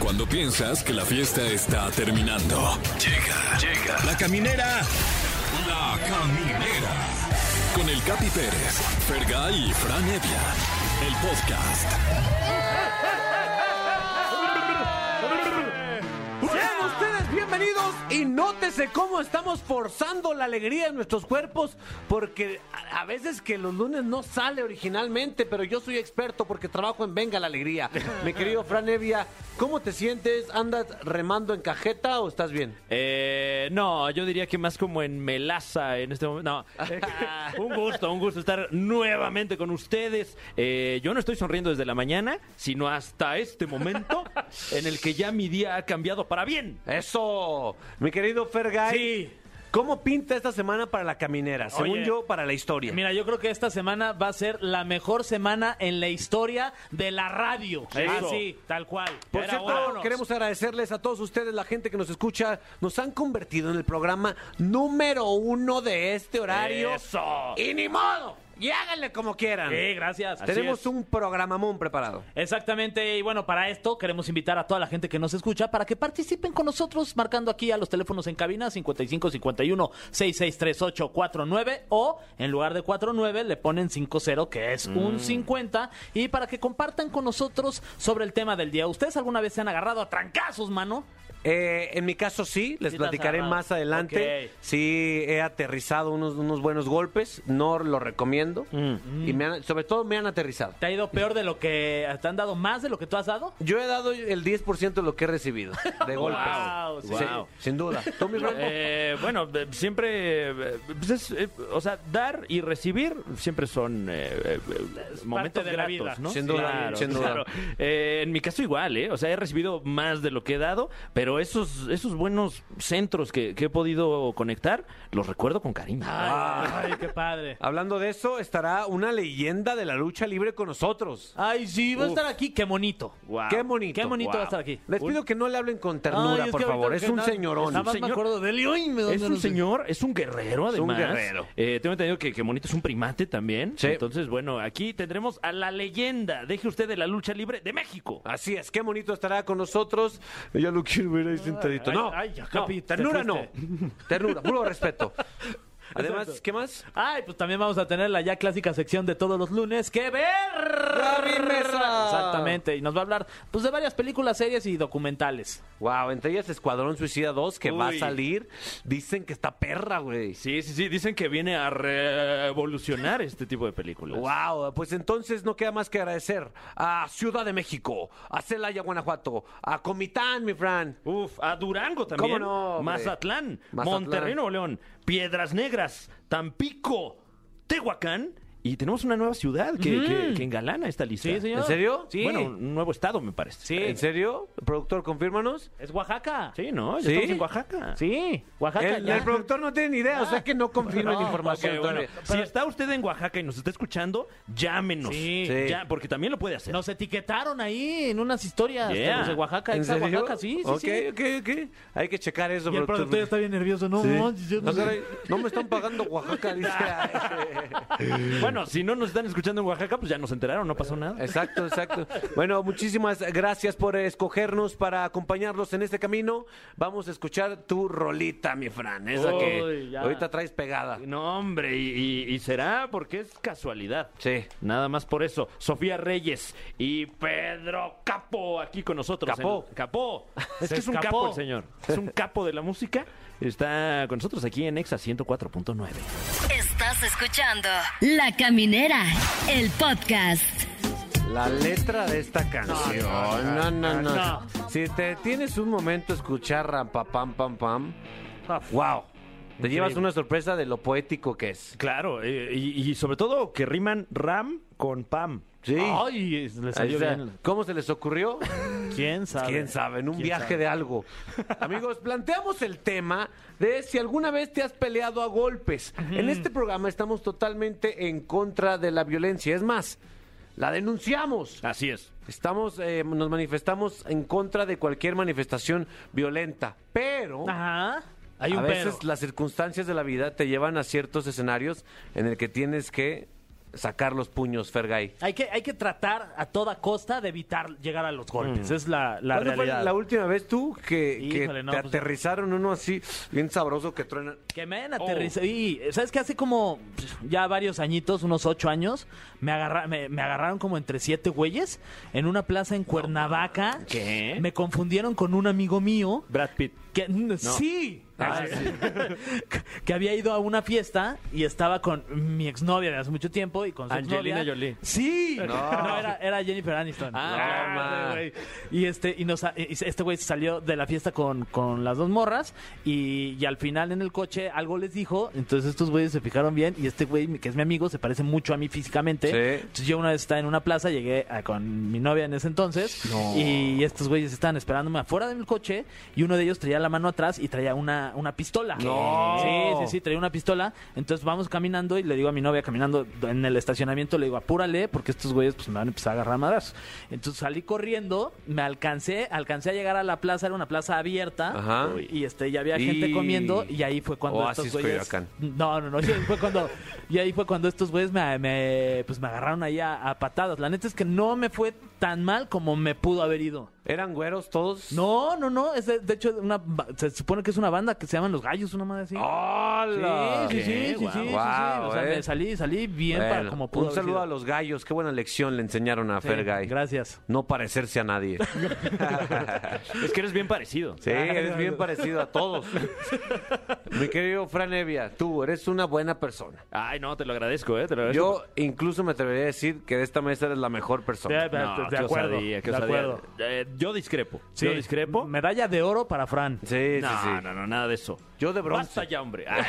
Cuando piensas que la fiesta está terminando. Llega, llega. La caminera. La caminera. Con el Capi Pérez, Fergay y Fran Evia. El podcast. Sean ustedes bienvenidos y nótese cómo estamos forzando la alegría en nuestros cuerpos porque a- a veces que los lunes no sale originalmente, pero yo soy experto porque trabajo en Venga la Alegría. Mi querido Fran Evia, ¿cómo te sientes? ¿Andas remando en cajeta o estás bien? Eh, no, yo diría que más como en melaza en este momento. No, Eh, un gusto, un gusto estar nuevamente con ustedes. Eh, yo no estoy sonriendo desde la mañana, sino hasta este momento en el que ya mi día ha cambiado para bien. Eso, mi querido Fergay. Sí. ¿Cómo pinta esta semana para la caminera? Según Oye, yo, para la historia. Mira, yo creo que esta semana va a ser la mejor semana en la historia de la radio. Eso. Así, tal cual. Por Era cierto, vámonos. queremos agradecerles a todos ustedes, la gente que nos escucha. Nos han convertido en el programa número uno de este horario. Eso. ¡Y ni modo! Y háganle como quieran. Sí, gracias. Tenemos Así es. un programamón preparado. Exactamente, y bueno, para esto queremos invitar a toda la gente que nos escucha para que participen con nosotros marcando aquí a los teléfonos en cabina 55 51 6638 49 o en lugar de 49 le ponen 50 que es Mm. un 50 y para que compartan con nosotros sobre el tema del día. ¿Ustedes alguna vez se han agarrado a trancazos, mano? Eh, en mi caso sí, les Sí te has platicaré agarrado. más adelante. Ok. Sí, he aterrizado unos, unos buenos golpes, no lo recomiendo. Y me han- sobre todo me han aterrizado. Mm. ¿Te ha ido peor de lo que te han dado más de lo que tú has dado? Yo he dado el 10% de lo que he recibido de golpes. Wow, sí. Sí, Wow. Sin duda. ¿Tú, mi Fran? Eh, bueno, eh, siempre, eh, pues es, eh, o sea, dar y recibir siempre son eh, eh, momentos de la gratos, vida. ¿no? Sin duda, sin duda. Eh, en mi caso igual, ¿eh? O sea, he recibido más de lo que he dado, pero esos, esos buenos centros que, que he podido conectar, los recuerdo con cariño. Ah, Ay, ay, qué padre. Hablando de eso, estará una leyenda de la lucha libre con nosotros. Ay, sí, va a estar aquí, qué bonito. Guau. Qué bonito. Qué bonito va a estar aquí. Les pido que no le hablen con ternura, Ay, es por que ahorita favor. lo Es que un nada- señorón. Nada más me acuerdo de él. Ay, me da Es una un luz. señor, es un guerrero un además. guerrero. Eh, tengo entendido que, que Monito es un primate también. Sí. Entonces, bueno, aquí tendremos a la leyenda, deje usted de la lucha libre de México. Así es, qué bonito estará con nosotros. Yo lo quiero ver ahí sentadito. ay, No, ay, ya, no, Capi, te ternura no. fuiste. Ternura, puro respeto. Además, Exacto. ¿qué más? Ay, pues también vamos a tener la ya clásica sección de todos los lunes, que ver. Gaby Mesa. Exactamente, y nos va a hablar pues de varias películas, series y documentales. Wow, entre ellas Escuadrón Suicida 2, que va a Uy. salir. Dicen que está perra, güey. Sí, sí, sí. Dicen que viene a revolucionar este tipo de películas. Wow, pues entonces no queda más que agradecer a Ciudad de México, a Celaya, Guanajuato, a Comitán, mi Fran. Uf, a Durango también. ¿Cómo no, hombre? Mazatlán, Mazatlán. Monterrey, Nuevo León, Piedras Negras, Tampico, Tehuacán. Y tenemos una nueva ciudad que, que- que engalana esta lista. Sí, señor. ¿En serio? Sí. Bueno, un nuevo estado, me parece. Sí. ¿En serio? Productor, confírmanos. Es Oaxaca. Sí, ¿no? Ya ¿Sí? estamos en Oaxaca. Sí, Oaxaca. El, ya. Ah. el productor no tiene ni idea, o sea que no confirma la No, información. Ok, bueno, todavía. si está usted en Oaxaca y nos está escuchando, llámenos. Sí. Sí. Ya, porque también lo puede hacer. Nos etiquetaron ahí en unas historias Yeah. de los de Oaxaca. ¿En exa serio? Oaxaca, sí, sí, ok, sí. ok, ok. Hay que checar eso. Y el productor. productor ya está bien nervioso, no, Sí. manches, yo No, no sé. caray, no me están pagando Oaxaca, dice. Bueno, si no nos están escuchando en Oaxaca, pues ya nos enteraron, no pasó nada. Exacto, exacto. Bueno, muchísimas gracias por escogernos para acompañarlos en este camino. Vamos a escuchar tu rolita, mi Fran, esa que Uy, ya. ahorita traes pegada. No, hombre, y, y- y será porque es casualidad. Sí. Nada más por eso. Sofía Reyes y Pedro Capo aquí con nosotros. Capó. En- Capó. Es Se que es un escapó. capo el señor. Es un capo de la música. Está con nosotros aquí en Exa 104.9. Estás escuchando La Caminera, el podcast. La letra de esta canción. No, no, no. Si te tienes un momento a escuchar rampa pam pam pam, wow. Te llevas una sorpresa de lo poético que es. Claro, eh, y, y sobre todo que riman Ram con Pam. Sí. Ay, es- le Ahí salió está. bien. ¿Cómo se les ocurrió? ¿Quién sabe? Quién sabe, en un ¿Quién viaje sabe? de algo. Amigos, planteamos el tema de si alguna vez te has peleado a golpes. En este programa estamos totalmente en contra de la violencia. Es más, la denunciamos. Así es. Estamos, eh, nos manifestamos en contra de cualquier manifestación violenta, pero Ajá. Hay un a veces pero. las circunstancias de la vida te llevan a ciertos escenarios en el que tienes que sacar los puños, Fergay. Hay que, hay que tratar a toda costa de evitar llegar a los golpes. Es la, la Mm. ¿Cuándo fue realidad. la última vez tú que, que Híjole, no, te pues- aterrizaron uno así, bien sabroso, que truena? Que me Oh. hayan aterrizado. Y, ¿sabes qué? Hace como pff, ya varios añitos, unos ocho años, me, agarra- me, me agarraron como entre siete güeyes en una plaza en Cuernavaca. ¿Qué? Me confundieron con un amigo mío. Brad Pitt. Que, mm, Sí. Ah, que había ido a una fiesta y estaba con mi exnovia de hace mucho tiempo y con su Angelina exnovia. Jolie. Sí. No, era, era Jennifer Aniston. Ah, ma. güey. y este y nos, y este güey salió de la fiesta con, con las dos morras y, y al final en el coche algo les dijo, entonces estos güeyes se fijaron bien y este güey que es mi amigo se parece mucho a mí físicamente. Sí. Entonces yo una vez estaba en una plaza, llegué a- con mi novia en ese entonces y estos güeyes estaban esperándome afuera del coche y uno de ellos traía la mano atrás y traía una, una pistola. No. Sí, sí, sí, traía una pistola. Entonces vamos caminando y le digo a mi novia caminando en el estacionamiento, le digo, apúrale porque estos güeyes pues, me van a empezar a agarrar a madrazos". Entonces salí corriendo, me alcancé, alcancé a llegar a la plaza, era una plaza abierta Ajá. y este ya había gente Y- comiendo y ahí fue cuando Oasis, estos güeyes... Coyoacán. No, no, no. Y ahí fue cuando, y ahí fue cuando estos güeyes me, me- pues me agarraron ahí a, a patadas. La neta es que no me fue tan mal como me pudo haber ido. ¿Eran güeros todos? No, no, no. Es de, de hecho, una, ba- se supone que es una banda que se llaman Los Gallos, una madre así. ¡Ah, ¡Hola! Sí, sí, sí, sí, sí, Guau. sí, sí, Guau, O sea, eh. me salí, salí bien para Bueno, como pudo. un saludo a los gallos. Qué buena lección le enseñaron a Fergay. Gracias. No parecerse a nadie. Es que eres bien parecido. Sí, eres bien parecido a todos. Mi querido Fran Evia, tú eres una buena persona. Ay, no, te lo agradezco, ¿eh? Te lo agradezco. Yo incluso me atrevería a decir que de esta mesa eres la mejor persona. No, de, qué acuerdo. osadía, qué de osadía. acuerdo. Eh, yo discrepo. Yo discrepo. Medalla de oro para Fran. Sí, sí, no, sí. no, no, nada de eso. Yo de bronce. Basta ya, hombre. Ay,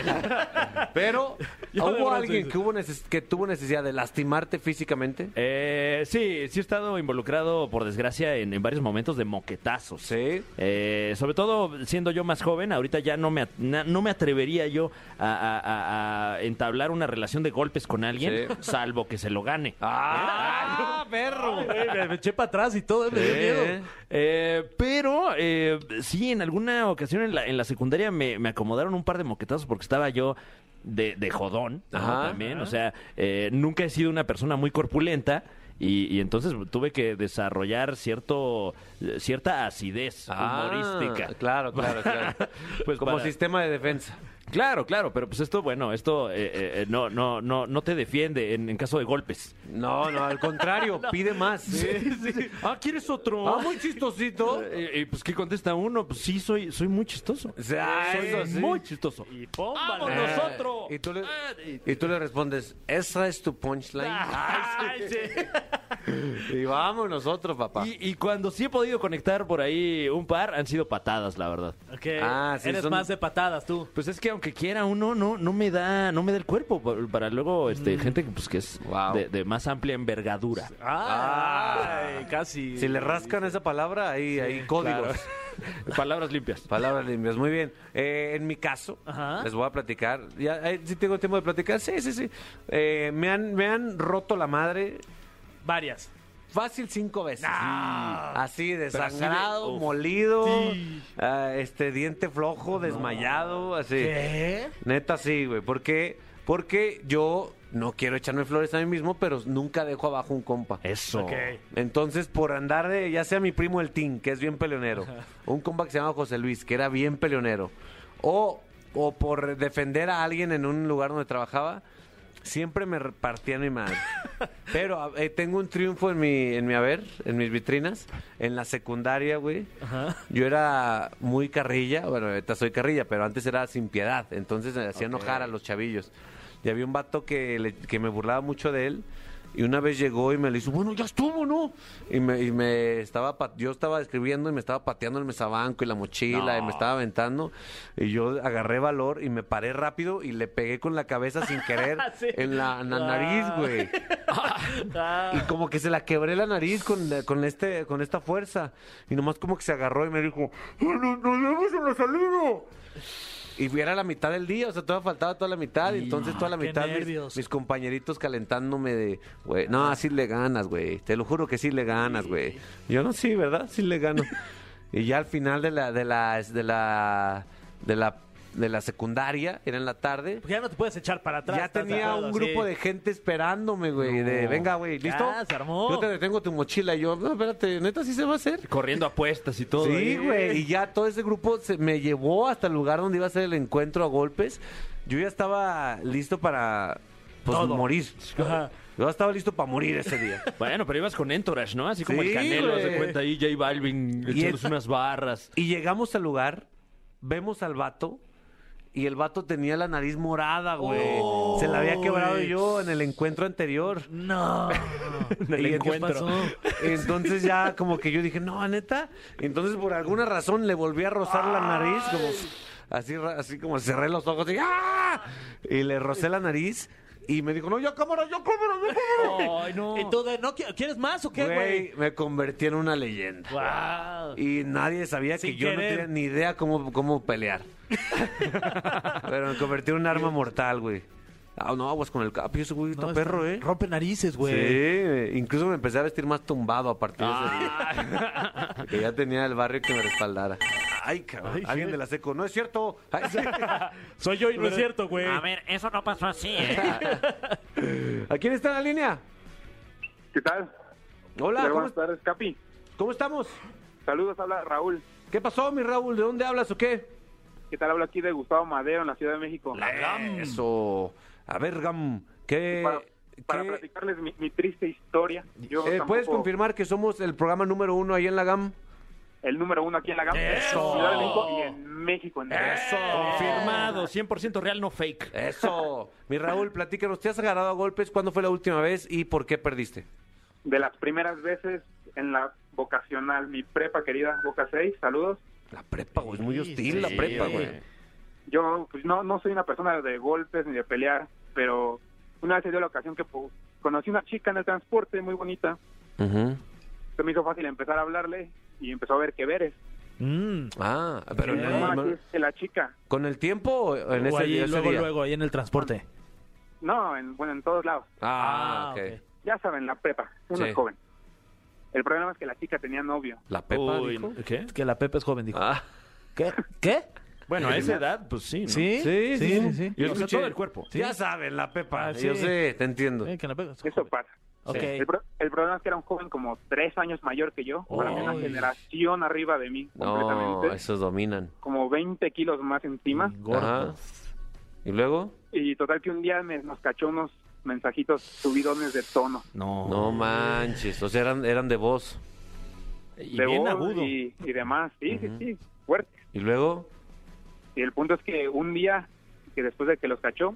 Pero, Yo de ¿hubo bronce, alguien dice. que, hubo neces- que tuvo necesidad de lastimarte físicamente? Eh, sí, sí he estado involucrado, por desgracia, en, en varios momentos de moquetazos. Sí. Eh, sobre todo siendo yo más joven, ahorita ya no me, at- na- no me atrevería yo a, a- a- a entablar una relación de golpes con alguien, Sí. salvo que se lo gane. ¡Ah, perro! Me, me eché para atrás y todo, me dio miedo. Eh, pero eh, sí, en alguna ocasión en la, en la secundaria me, me acomodaron un par de moquetazos porque estaba yo de, de jodón ¿no? Ajá. también. O sea, eh, nunca he sido una persona muy corpulenta. Y, y entonces tuve que desarrollar cierto cierta acidez Ah, humorística. Claro, claro, claro. Pues Como para- sistema de defensa. Claro, claro, pero pues esto, bueno, esto eh, eh, no, no, no, no te defiende en, en caso de golpes. No, no, al contrario, pide más. ¿eh? Ah, ¿quieres otro? Ah, muy chistosito. Eh, eh, pues que contesta uno, pues sí, soy, soy muy chistoso. O sea, soy eso sí. muy chistoso. Pómbale. Vámonos. Eh, nosotros. Y tú, le, Ah, y- y tú le respondes, esa es tu punchline. Ah. Ay, sí. Y vamos nosotros, papá. Y, y cuando sí he podido conectar por ahí un par, han sido patadas, la verdad. Ok, Ah, sí, Eres son- más de patadas tú. Pues es que aunque quiera uno, no, no me da, no me da el cuerpo pa- para luego este, Mm. gente que, pues, que es Wow. de, de más amplia envergadura. Ah. Ay, casi. Si le rascan esa palabra, ahí hay códigos. Palabras limpias. Palabras limpias, muy bien. Eh, en mi caso, Ajá. les voy a platicar. Ya, eh, ¿Sí tengo tiempo de platicar? Sí, sí, sí. Eh, me, han, me han roto la madre Varias. fácil cinco veces. Así, así de- desangrado, uf. molido, ah, este diente flojo, desmayado, así. ¿Qué? Neta, sí, güey. ¿Por qué? Porque yo no quiero echarme flores a mí mismo, pero nunca dejo abajo un compa. Eso. Ok. Entonces, por andar de, ya sea mi primo el Tin, que es bien peleonero, un compa que se llama José Luis, que era bien peleonero, o, o por defender a alguien en un lugar donde trabajaba, siempre me partían mi madre. Pero a- eh, tengo un triunfo en mi, en mi haber, en mis vitrinas, en la secundaria, güey. Yo era muy carrilla, bueno, ahorita soy carrilla, pero antes era sin piedad, entonces me hacía enojar a los chavillos. Y había un vato que, le- que me burlaba mucho de él. Y una vez llegó y me le hizo, bueno, ya estuvo, ¿no? Y me, y me estaba, pat- yo estaba escribiendo y me estaba pateando el mesabanco y la mochila y me estaba aventando. Y yo agarré valor y me paré rápido y le pegué con la cabeza sin querer Sí. en la, en la Wow. nariz, güey. Ah. Y como que se la quebré la nariz con, la- con, este, con esta fuerza. Y nomás como que se agarró y me dijo, "Nos- nos vemos en la salida. Y era la mitad del día, o sea, todavía faltaba toda la mitad. Y entonces toda la qué mitad mis, nervios. mis compañeritos calentándome de, güey, no, sí le ganas, güey. Te lo juro que sí le ganas, güey. Yo no, sí, ¿verdad? Sí le gano. y ya al final de la, de la, de la, de la de la secundaria, era en la tarde. Porque ya no te puedes echar para atrás. Ya ¿estás de tenía acuerdo? un grupo Sí. de gente esperándome, güey. De, No. Eh, venga, güey, Ya, ¿listo? Ah, se armó. Yo te detengo tu mochila. Y yo, no, espérate, ¿neta sí se va a hacer? Corriendo apuestas y todo. Sí, ¿eh? güey. Y ya todo ese grupo se me llevó hasta el lugar donde iba a ser el encuentro a golpes. Yo ya estaba listo para pues, Todo. morir. Ajá. Yo estaba listo para morir ese día. Bueno, pero ibas con Entourage, ¿no? Así como Sí, el Canelo, güey. haz de cuenta ahí, J Balvin, Y echándose esta- unas barras. Y llegamos al lugar, vemos al vato. Y el vato tenía la nariz morada, güey. Se la había quebrado Uy. yo en el encuentro anterior. No. Y ¿Qué entonces- pasó? Entonces ya como que yo dije, no, neta. Entonces por alguna razón le volví a rozar la nariz, como así, ra- así como cerré los ojos y ¡ah! Y le rocé la nariz y me dijo, no, yo cámara, yo cámara, yo cámara. Ay, no. ¿Y tú de, no qui- quieres más o qué, Güey, güey? me convertí en una leyenda. Wow. Y nadie sabía Sin que yo querer. no tenía ni idea cómo, cómo pelear. Pero me convertí en un arma mortal, güey. Ah, no, aguas con el capi, ese güey está No, perro, está- ¿eh? Rompe narices, güey. Sí, incluso me empecé a vestir más tumbado a partir de ese día. Que ya tenía el barrio que me respaldara. Ay, cabrón. Alguien de la seco. No es cierto. Ay, sí. Soy yo y no es cierto, güey. ver, eso no pasó así, ¿eh? ¿A quién está en la línea? ¿Qué tal? Hola, Hola, ¿cómo, buenas tardes, Capi. cómo estamos? Saludos, habla Raúl. ¿Qué pasó, mi Raúl? ¿De dónde hablas o qué? ¿Qué tal? Hablo aquí de Gustavo Madero, en la Ciudad de México. Eh, Eso. A ver, Gam, ¿qué...? para para qué- platicarles mi, mi triste historia. Yo Eh, ¿Puedes tampoco- confirmar que somos el programa número uno ahí en la GAM? El número uno aquí en la GAM. ¡Eso! En Ciudad de México y en México. En Confirmado, 100% real, no fake. Eso. Mi Raúl, platícanos, ¿te has agarrado a golpes? ¿Cuándo fue la última vez y por qué perdiste? De las primeras veces en la vocacional, mi prepa querida, Boca 6, saludos. La prepa, güey. Es muy hostil la Sí, prepa, güey. Yo pues, no, no soy una persona de golpes ni de pelear, pero una vez se dio la ocasión que pues, conocí una chica en el transporte muy bonita. Ujú. Se me hizo fácil empezar a hablarle y empezó a ver que veres. Mm. Ah, pero... El no- problema no- aquí es que la chica ¿Con el tiempo o en O ese ahí, día? ese luego, día? luego, ahí en el transporte. No, en, bueno, en todos lados. Ah, Ah, ok. ok. Ya saben, la prepa, uno Sí. es joven. El problema es que la chica tenía novio. La Pepa Uy, dijo. ¿Qué? Que la Pepe es joven, dijo. Ah, ¿Qué? ¿Qué? Bueno, a esa edad, pues sí, ¿no? ¿Sí? sí, sí, sí. sí. Yo O sea, escuché todo el cuerpo. Sí. Ya saben, la Pepa. Ah, sí. Yo sé, te entiendo. Eh, que la Pepe es Eso joven. pasa. El, Ok. pro- el problema es que era un joven como tres años mayor que yo. Para mí una Uy. generación arriba de mí, No, completamente. esos dominan. Como 20 kilos más encima. Ajá. ¿Y luego? Y total que un día me- nos cachó unos mensajitos subidones de tono. No. No manches. O sea, eran, eran de voz. Y de bien voz agudo. Y, y demás. Sí, sí, sí. Fuerte. ¿Y luego? Y el punto es que un día, que después de que los cachó,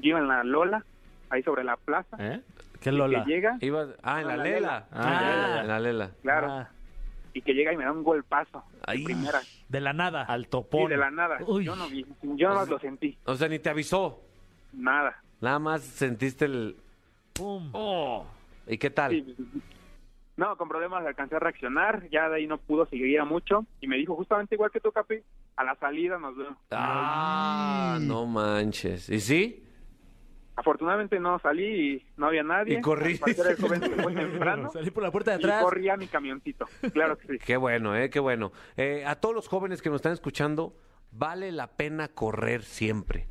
yo iba en la Lola, ahí sobre la plaza, ¿Eh? ¿Qué Lola? que llega, Iba... Ah, en la Ah, la Lela. Lela. Ah, ya, ya, ya. En la Lela. claro, Ah, y que llega y me da un golpazo. Ay. De primera, de la nada. Al y topón. de la nada. Uy. Yo no vi, yo no lo sentí, O sea, ni te avisó. nada. Nada más sentiste el... Pum. Oh. ¿Y qué tal? Sí. No, con problemas alcancé a reaccionar, ya de ahí no pudo seguir a mucho, y me dijo justamente igual que tú, Capi, a la salida nos vemos. Ah, Mm. no manches. ¿Y sí? Afortunadamente no salí y no había nadie. Y corrí. Al parecer el joven se fue temprano, Salí por la puerta de y atrás. corrí a mi camioncito, claro que sí. Qué bueno, eh, qué bueno. Eh, a todos los jóvenes que nos están escuchando, vale la pena correr siempre.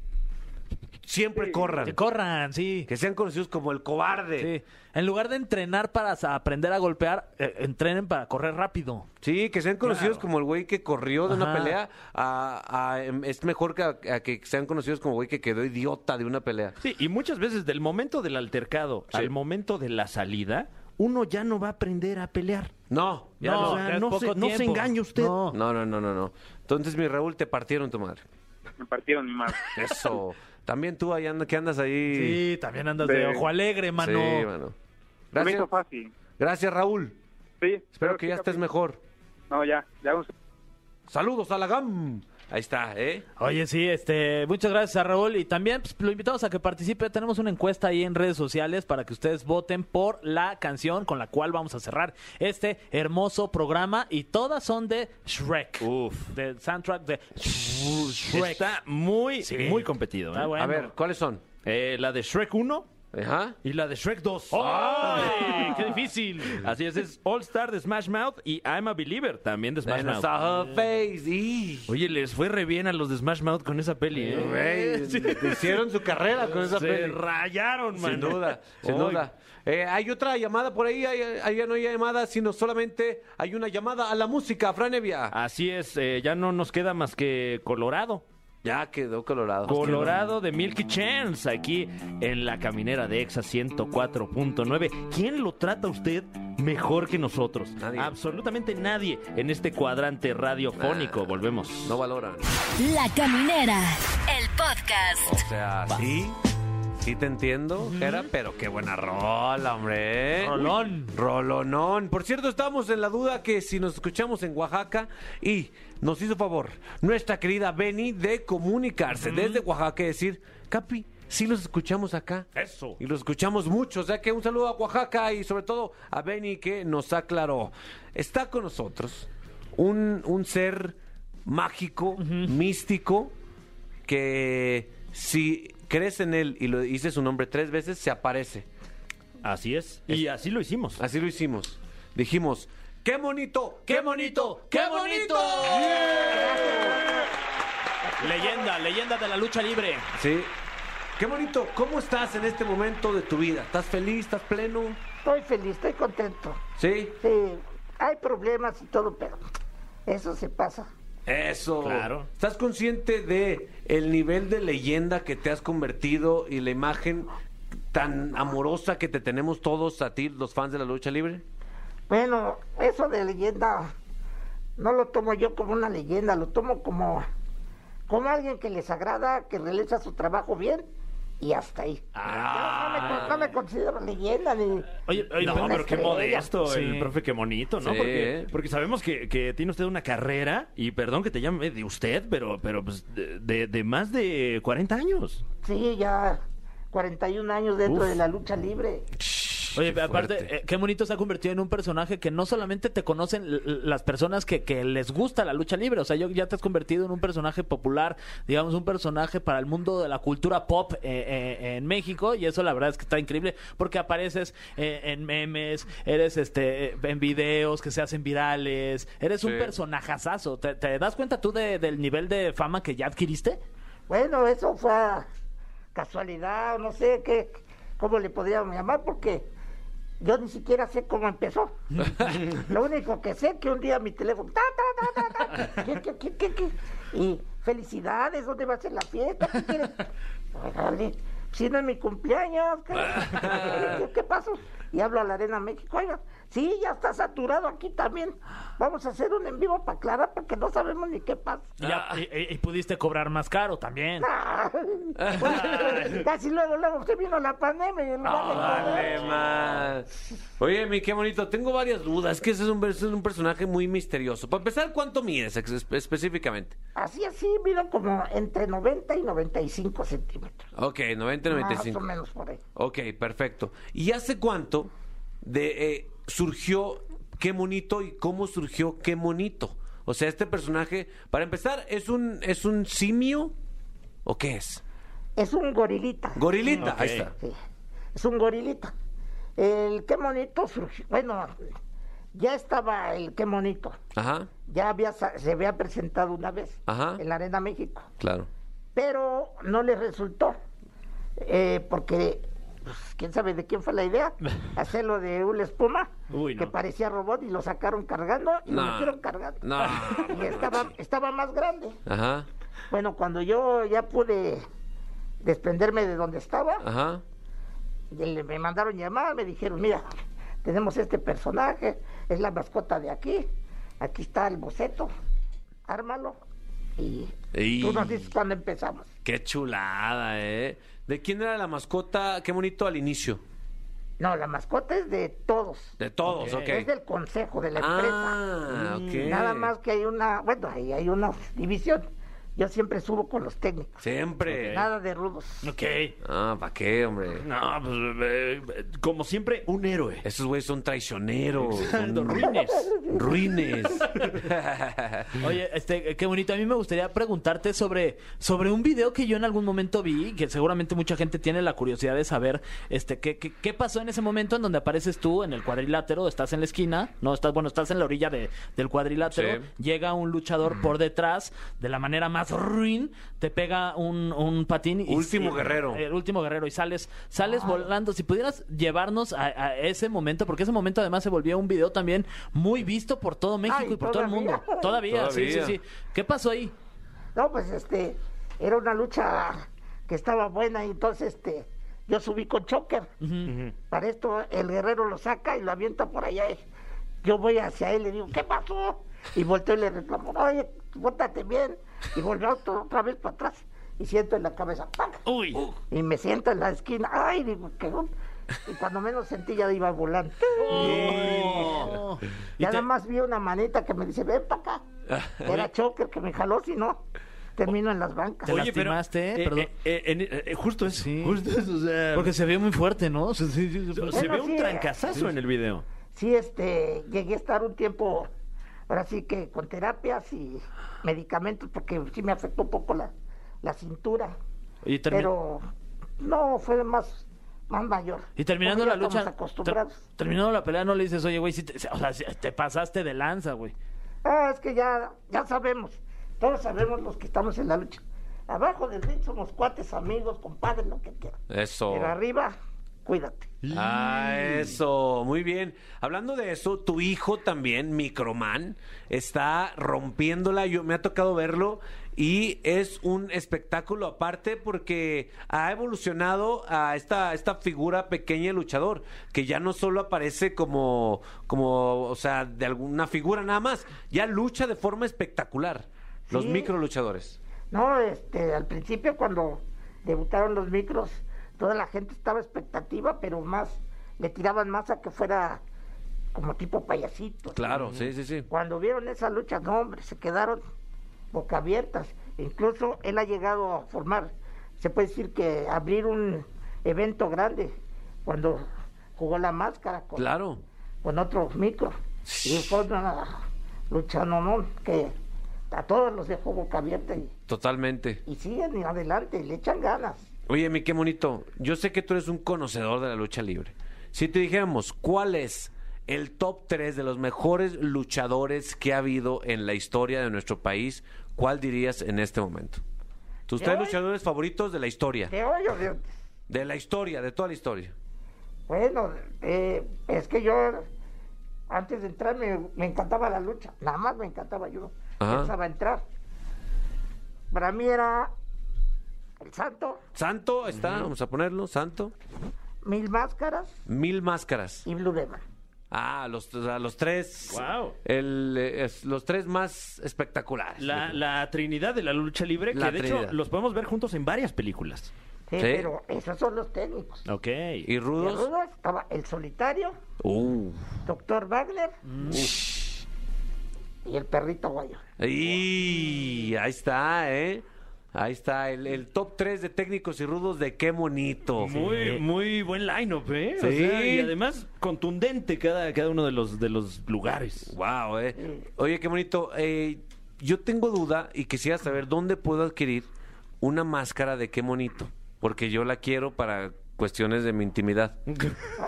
Siempre corran. Que corran, sí. Que sean conocidos como el cobarde. Sí. En lugar de entrenar para sa- aprender a golpear, eh, entrenen para correr rápido. Sí, que sean conocidos como el güey que corrió de una Ajá. pelea. a- a- em, es mejor que, a- a que sean conocidos como güey que quedó idiota de una pelea. Sí, y muchas veces del momento del altercado al momento de la salida, uno ya no va a aprender a pelear. No. Ya O no, sea, ya es no poco se- no se tiempo. engañe usted. No. No, no, no, no, no. Entonces, mi Raúl, te partieron tu madre. Me partieron mi madre. Eso. También tú ahí anda- que andas ahí. Sí, también andas de Sí. ojo alegre, mano. Sí, mano. Se Me hizo Gracias, fácil. gracias Raúl. Sí, Espero claro que ya sí, estés Capi. mejor. No, ya, ya un Saludos a la GAM. Ahí está, ¿eh? Oye, sí, este, muchas gracias a Raúl y también pues, lo invitamos a que participe. Tenemos una encuesta ahí en redes sociales para que ustedes voten por la canción con la cual vamos a cerrar este hermoso programa y todas son de Shrek. Uf. Del soundtrack de Shrek. Está muy, Sí. muy competido. Está ¿eh? bueno. A ver, ¿cuáles son? Eh, la de Shrek 1, Ajá. Y la de Shrek 2. ¡Ay! ¡Qué difícil! Así es, es All Star de Smash Mouth y I'm a Believer también de Smash Then I Mouth. saw her face. Y... Oye, les fue re bien a los de Smash Mouth con esa peli, ¿eh? Güey, hicieron su carrera con esa Se peli. rayaron, man. Sin duda, sin Ay, duda. Eh, hay otra llamada por ahí, hay, hay- no hay llamada, sino solamente hay una llamada a la música, Franevia. Así es, eh, ya no nos queda más que Colorado. Ya quedó colorado. Colorado de Milky Chance, aquí en la caminera de Exa 104.9. ¿Quién lo trata usted mejor que nosotros? Nadie. Absolutamente nadie en este cuadrante radiofónico. Nah. Volvemos. Ah, No valoran. La Caminera, el podcast. O sea, sí, sí te entiendo, Jera, pero qué buena rola, hombre. ¿eh? Rolón. Rolonón. Por cierto, estábamos en la duda que si nos escuchamos en Oaxaca y nos hizo favor nuestra querida Benny de comunicarse desde Oaxaca y decir, Capi, sí los escuchamos acá. Eso. Y los escuchamos mucho, o sea que un saludo a Oaxaca y sobre todo a Benny que nos aclaró. Está con nosotros un, un ser mágico, místico, que si crees en él y lo dices su nombre tres veces, se aparece. Así es. Y así lo hicimos. Así lo hicimos. Dijimos, ¡qué bonito! ¡Qué bonito! ¡Qué bonito! Leyenda, leyenda de la lucha libre. Sí. ¡Qué bonito! ¿Cómo estás en este momento de tu vida? ¿Estás feliz? ¿Estás pleno? Estoy feliz, estoy contento. Sí. Sí, hay problemas y todo, pero eso se pasa. Eso. Claro. ¿Estás consciente de el nivel de leyenda que te has convertido y la imagen tan amorosa que te tenemos todos a ti, los fans de la lucha libre? Bueno, eso de leyenda no lo tomo yo como una leyenda, lo tomo como, como alguien que les agrada, que realiza su trabajo bien y hasta ahí. Yo no, me, con- no me considero leyenda ni... Oye, oye, No, pero, pero qué estrella. modesto Sí. el profe, qué bonito, ¿no? Sí. Porque, porque sabemos que, que tiene usted una carrera, y perdón que te llame de usted, pero, pero pues, de, de- de más de 40 años. Sí, ya 41 años dentro de la lucha libre. Oye, aparte, fuerte. eh, qué bonito se ha convertido en un personaje que no solamente te conocen l- l- las personas que, que les gusta la lucha libre, o sea, yo, ya te has convertido en un personaje popular, digamos, un personaje para el mundo de la cultura pop eh, eh, en México, y eso la verdad es que está increíble, porque apareces eh, en memes, eres este eh, en videos que se hacen virales, eres un Sí. personajazazo. ¿Te, te das cuenta tú de- del nivel de fama que ya adquiriste? Bueno, eso fue casualidad, o no sé qué, cómo le podríamos llamar, porque yo ni siquiera sé cómo empezó. Lo único que sé que un día mi teléfono, ta, ta, ta, ta, ta, ¿qué, qué, qué, qué, qué? y felicidades, ¿dónde va a ser la fiesta? ¿Qué quieres? Órale, si no es mi cumpleaños, caray. ¿qué, qué pasó? Y hablo a la Arena México, oiga, sí, ya está saturado aquí también. Vamos a hacer un en vivo para aclarar, porque no sabemos ni qué pasa. Ya- y- y- y pudiste cobrar más caro también. Pues, Casi luego, luego se vino la pandemia y en lugar de Dale comer, más. Oye, mi qué bonito. Tengo varias dudas. Que ese es un, ese es un personaje muy misterioso. Para empezar, ¿cuánto mides ex- espe- específicamente? Así, así, mira como entre 90 y 95 centímetros. Ok, 90, Más 95. o menos por ahí. Ok, perfecto. ¿Y hace cuánto de, eh, surgió Qué Monito y cómo surgió Qué Monito? O sea, este personaje, para empezar, ¿es un, es un simio o qué es? Es un gorilita. Gorilita, ahí está. Sí, es un gorilita. El qué monito surgió. Bueno, ya estaba el qué monito. Ajá, Ya había, sa- se había presentado una vez Ajá. en la Arena México. claro. pero no les resultó. eh, porque, pues, quién sabe de quién fue la idea, hacerlo de una espuma Uy, no. que parecía robot y lo sacaron cargando y No. lo metieron cargando. No. Y estaba, estaba más grande. Ajá, Bueno, cuando yo ya pude desprenderme de donde estaba, ajá. y le- me mandaron llamar, me dijeron, mira, tenemos este personaje, es la mascota de aquí, aquí está el boceto, ármalo y Y- tú nos dices cuándo empezamos. Qué chulada, ¿eh? ¿De quién era la mascota Qué Monito al inicio? No, la mascota es de todos. De todos, ok. Es del consejo de la empresa. Ah, ok. Nada más que hay una, bueno, ahí hay una división. Yo siempre subo con los técnicos. Siempre. Nada de rudos. Ok. Ah, ¿para qué, hombre? No, pues, eh, eh, como siempre, un héroe. Esos güeyes son traicioneros. Los son ruines. ruines. Oye, este, qué bonito. A mí me gustaría preguntarte sobre, sobre un video que yo en algún momento vi, que seguramente mucha gente tiene la curiosidad de saber, este, qué, qué, qué pasó en ese momento en donde apareces tú en el cuadrilátero, estás en la esquina, no estás, bueno, estás en la orilla de- del cuadrilátero, Sí. llega un luchador por detrás, de la manera más ruin, te pega un, un patín y Último y- guerrero. El último guerrero y sales, sales volando. Si pudieras llevarnos a, a ese momento, porque ese momento además se volvió un video también muy visto por todo México Ay, y por todo el ¿todavía? mundo. Todavía, sí, sí, Todavía. sí. ¿Qué pasó ahí? No, pues este, era una lucha que estaba buena y entonces este, yo subí con choker. Para esto el guerrero lo saca y lo avienta por allá. Yo voy hacia él y le digo, ¿qué pasó? Y volteo y le reclamo, oye, pórtate bien. Y volvió otro- otra vez para atrás y siento en la cabeza, ¡pam! Uy. Y me siento en la esquina, ¡ay! Digo, ¿qué onda?". Y cuando menos sentí ya iba volando. Y Y nada te- más vi una manita que me dice, ven para acá. Era choker que me jaló, si no, termino en las bancas. Te lastimaste, pero, perdón. eh, eh, eh, en- eh, eh, justo eso. Sí. Justo eso, o sea, eh, Porque se vio muy fuerte, ¿no? Sí, sí, sí, sí. se ve Bueno, un sí. eh, trancazazo en el video. Sí, este, llegué a estar un tiempo, ahora sí que con terapias y medicamentos, porque sí me afectó un poco la, la cintura. Y, termi- Pero no, fue más, más mayor. y terminando Porque la ya lucha, Estamos acostumbrados. ter- terminando la pelea, no le dices, oye, güey, sí te, o sea, sí te pasaste de lanza, güey. Ah, es que ya, ya sabemos, todos sabemos los que estamos en la lucha. Abajo del ring somos cuates, amigos, compadres, lo que quieran. Eso. Pero arriba, cuídate. Ah, eso, muy bien. Hablando de eso, tu hijo también, Microman, está rompiéndola. Yo me ha tocado verlo y es un espectáculo aparte porque ha evolucionado a esta, esta figura pequeña de luchador que ya no solo aparece como, como, o sea, de alguna figura nada más, ya lucha de forma espectacular. Los Sí. micro luchadores. No, este, al principio cuando debutaron los micros, toda la gente estaba expectativa, pero más, le tiraban más a que fuera como tipo payasito. Claro, sí, sí, sí. Cuando vieron esa lucha, no, hombre, se quedaron bocaabiertas. Incluso él ha llegado a formar, se puede decir que abrir un evento grande cuando jugó la máscara con, Claro. con otro micro. Y fue una lucha, no, no, que a todos los dejó bocaabierta y Totalmente. y siguen adelante, le echan ganas. Oye, mi qué bonito. Yo sé que tú eres un conocedor de la lucha libre. Si te dijéramos, ¿cuál es el top 3 de los mejores luchadores que ha habido en la historia de nuestro país? ¿Cuál dirías en este momento? Tus ¿De tres hoy? luchadores favoritos de la historia. ¿Qué hoy, o de antes? De la historia, de toda la historia. Bueno, eh, es que yo antes de entrar me, me encantaba la lucha, nada más me encantaba yo, Ajá. pensaba entrar. Para mí era el santo, Santo está, vamos a ponerlo, Santo. mil máscaras Mil máscaras. y Blue Demon. Ah, los, a los tres. Guau. el, eh, es- los tres más espectaculares. La, la trinidad de la lucha libre, La que de trinidad. hecho los podemos ver juntos en varias películas. Sí, Sí. Pero esos son los técnicos. Ok. ¿Y Y rudos? Rudo estaba el solitario, Uh. doctor Wagner Mm. y el perrito guayo. Y ahí está, ¿eh? Ahí está, el, el top 3 de técnicos y rudos de qué bonito. Muy, muy buen line-up, ¿eh? O Sí. sea, y además contundente cada, cada uno de los, de los lugares. Wow, ¿eh? Oye, qué bonito. eh, yo tengo duda y quisiera saber dónde puedo adquirir una máscara de qué bonito. Porque yo la quiero para cuestiones de mi intimidad.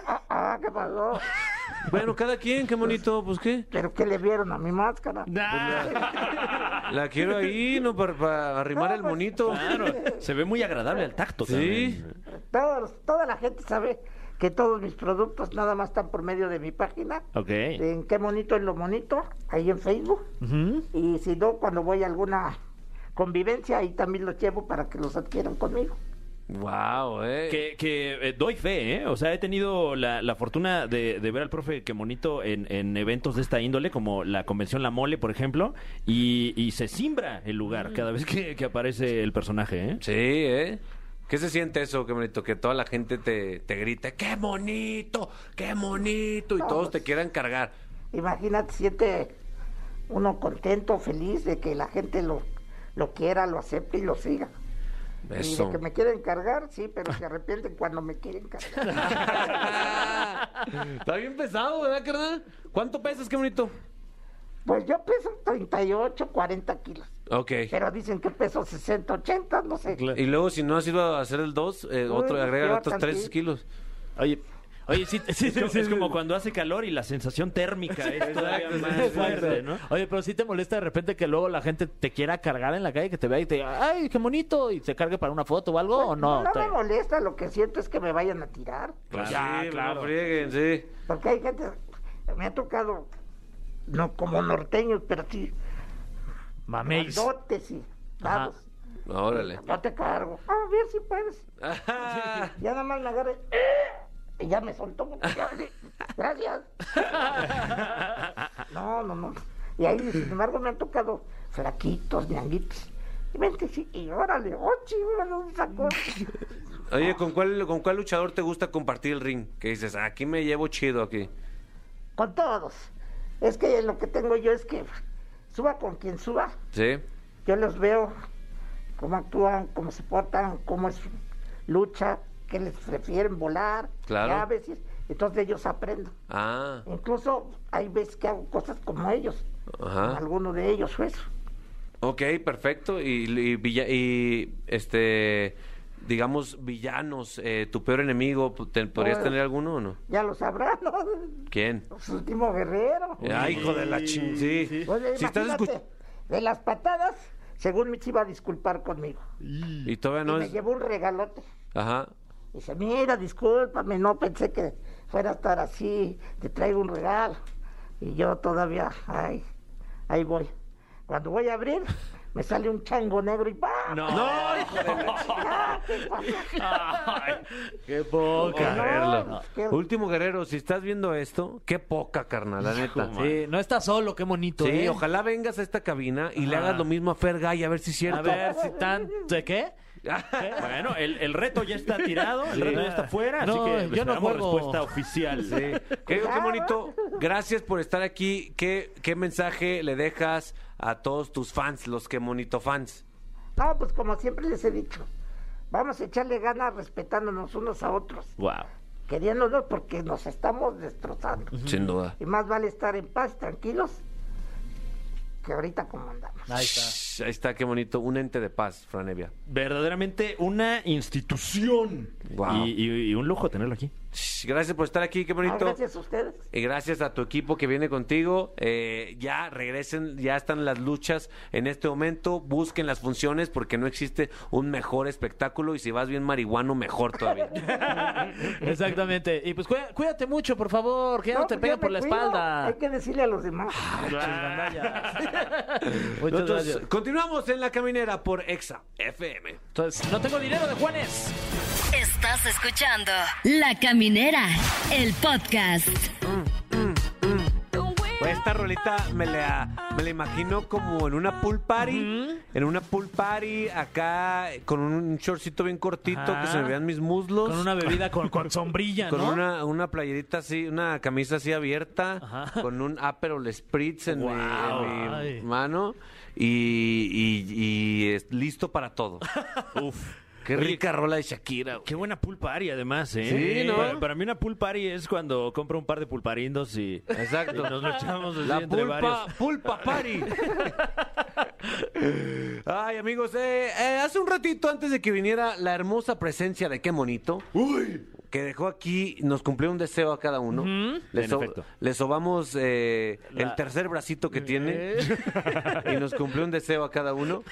Ah, ah, ¿qué pasó? Bueno, cada quien, qué bonito, pues qué. ¿Pero qué le vieron a mi máscara? Pues, La quiero ahí, ¿no? Para, para arrimar el monito. Se ve muy agradable al tacto Sí. también. Todos- toda la gente sabe que todos mis productos nada más están por medio de mi página. Ok. En qué monito en lo monito, ahí en Facebook. Mm. Y si no, cuando voy a alguna convivencia, ahí también los llevo para que los adquieran conmigo. Wow, ¿eh? Que, que, eh, doy fe, ¿eh? O sea, he tenido la, la fortuna de, de ver al profe que monito en, en eventos de esta índole, como la convención La Mole, por ejemplo, y, y se simbra el lugar cada vez que, que aparece el personaje, ¿eh? Sí, ¿eh? ¿Qué se siente eso, qué bonito? Que toda la gente te, te grite, ¡qué bonito! ¡Qué bonito! Y todos te quieran cargar. Imagínate, siente uno contento, feliz de que la gente lo, lo quiera, lo acepte y lo siga. Y de Eso. que me quieren cargar, sí, pero se arrepienten cuando me quieren cargar. Está bien pesado, ¿verdad, carnal? ¿Cuánto pesas, qué bonito? Pues yo peso 38, 40 kilos. Ok. Pero dicen que peso 60, 80, no sé. Y luego, si no has ido a hacer el 2, otro, Uy, agrega peor otros 3 tantito. kilos. Pues Oye, oye, sí, sí, Es como, sí, es sí, como sí. cuando hace calor y la sensación térmica es todavía más fuerte, ¿no? Oye, pero sí te molesta de repente que luego la gente te quiera cargar en la calle, que te vea y te diga, ay, qué bonito, y se cargue para una foto o algo, o Pues, no. no Te- Pues me molesta, lo que siento es que me vayan a tirar. Ya, claro. frieguen, sí. Porque hay gente, me ha tocado, no como norteños, pero sí, Mameis. grandotes y Ajá. dados. Órale. No te cargo. A ver si puedes. Ya nada más me agarré. Y ya me soltó. Gracias. No, no, no. Y ahí, sin embargo, me han tocado flaquitos, ñanguitos. Y vente, sí, y órale, Oh, ochi, órale, un sacón. Oye, ¿con cuál, ¿con cuál luchador te gusta compartir el ring? Que dices, "Ah, aquí me llevo chido aquí. Con todos. Es que lo que tengo yo es que suba con quien suba. ¿Sí? Yo los veo cómo actúan, cómo se portan, cómo es su lucha, qué les prefieren volar, Claro. llaves. y- Entonces de ellos aprendo. Ah, Incluso hay veces que hago cosas como ellos, Ajá. como alguno de ellos pues, o eso. ok, perfecto. Y, y, villa- y, este, digamos, villanos, eh, tu peor enemigo, ¿te- ¿podrías Bueno. tener alguno o no? Ya lo sabrán, ¿no? ¿Quién? Su último guerrero. Eh, Ay, hijo de la ching. Sí. Oye, si estás imagínate, escuchando. de las patadas, según me se iba a disculpar conmigo. Y todavía y no me es. llevó un regalote. Ajá. Dice, mira, discúlpame, no pensé que fuera a estar así, te traigo un regalo. Y yo todavía, ay, ahí voy. Cuando voy a abrir, me sale un chango negro y ¡pam! No. ¡Ah, qué pasó! Ay, Qué poca. Guerrero. no, pues, qué- Último guerrero, si estás viendo esto, qué poca, carnal, la neta. Sí, no estás solo, qué bonito. Sí, ¿eh? ojalá vengas a esta cabina y le Ajá. hagas lo mismo a Fergay, a ver si es cierto. A ver si tan. ¿De qué? Bueno, el, el reto ya está tirado, el reto ya está fuera, No, así que yo no esperamos juego. respuesta oficial. Sí. Querido, qué bonito. Gracias por estar aquí. ¿Qué, ¿Qué mensaje le dejas a todos tus fans, los que monito fans? No, pues como siempre les he dicho, vamos a echarle ganas respetándonos unos a otros, Wow. queriéndonos porque nos estamos destrozando. Sin duda. Y más vale estar en paz, tranquilos, que ahorita como andamos. Ahí está. Ahí está, qué bonito. Un ente de paz, Franevia. Verdaderamente una institución. Wow. Y, y- y un lujo tenerlo aquí. Shh, Gracias por estar aquí, qué Ah, bonito. gracias a ustedes. Y eh, gracias a tu equipo que viene contigo. Eh, ya regresen, ya están las luchas en este momento. Busquen las funciones porque no existe un mejor espectáculo. Y si vas bien marihuano, mejor todavía. Exactamente. Y pues cuida- cuídate mucho, por favor, que ya no, No, te pues peguen yo por me la cuido, Hay espalda. que decirle a los demás. Muchas Ah, Nosotros gracias. continuamos en la caminera por Exa FM. Entonces, no tengo dinero de Juanes. Estás escuchando La Caminera, el podcast. Pues esta rolita me la, me la imagino como en una pool party. En una pool party acá con un shortcito bien cortito Ajá. que se me vean mis muslos. Con una bebida con, con sombrilla, Con ¿no? una, una playerita así, una camisa así abierta, Ajá. con un Aperol Spritz en, mi- Guau. en mi, Ay. mano y, y- y es listo para todo. Uf. Qué Oye, rica rola de Shakira. güey. Qué buena pool party, además, ¿eh? Sí, ¿no? Para, para mí una pool party es cuando compro un par de pulparindos y... Exacto. Y nos lo echamos así La entre pulpa, varios. pulpa party. Ay, amigos, eh, eh, hace un ratito antes de que viniera la hermosa presencia de qué monito. Que dejó aquí, nos cumplió un deseo a cada uno. le, En so- efecto. le sobamos eh, La- el tercer bracito ¿Eh? que tiene y nos cumplió un deseo a cada uno.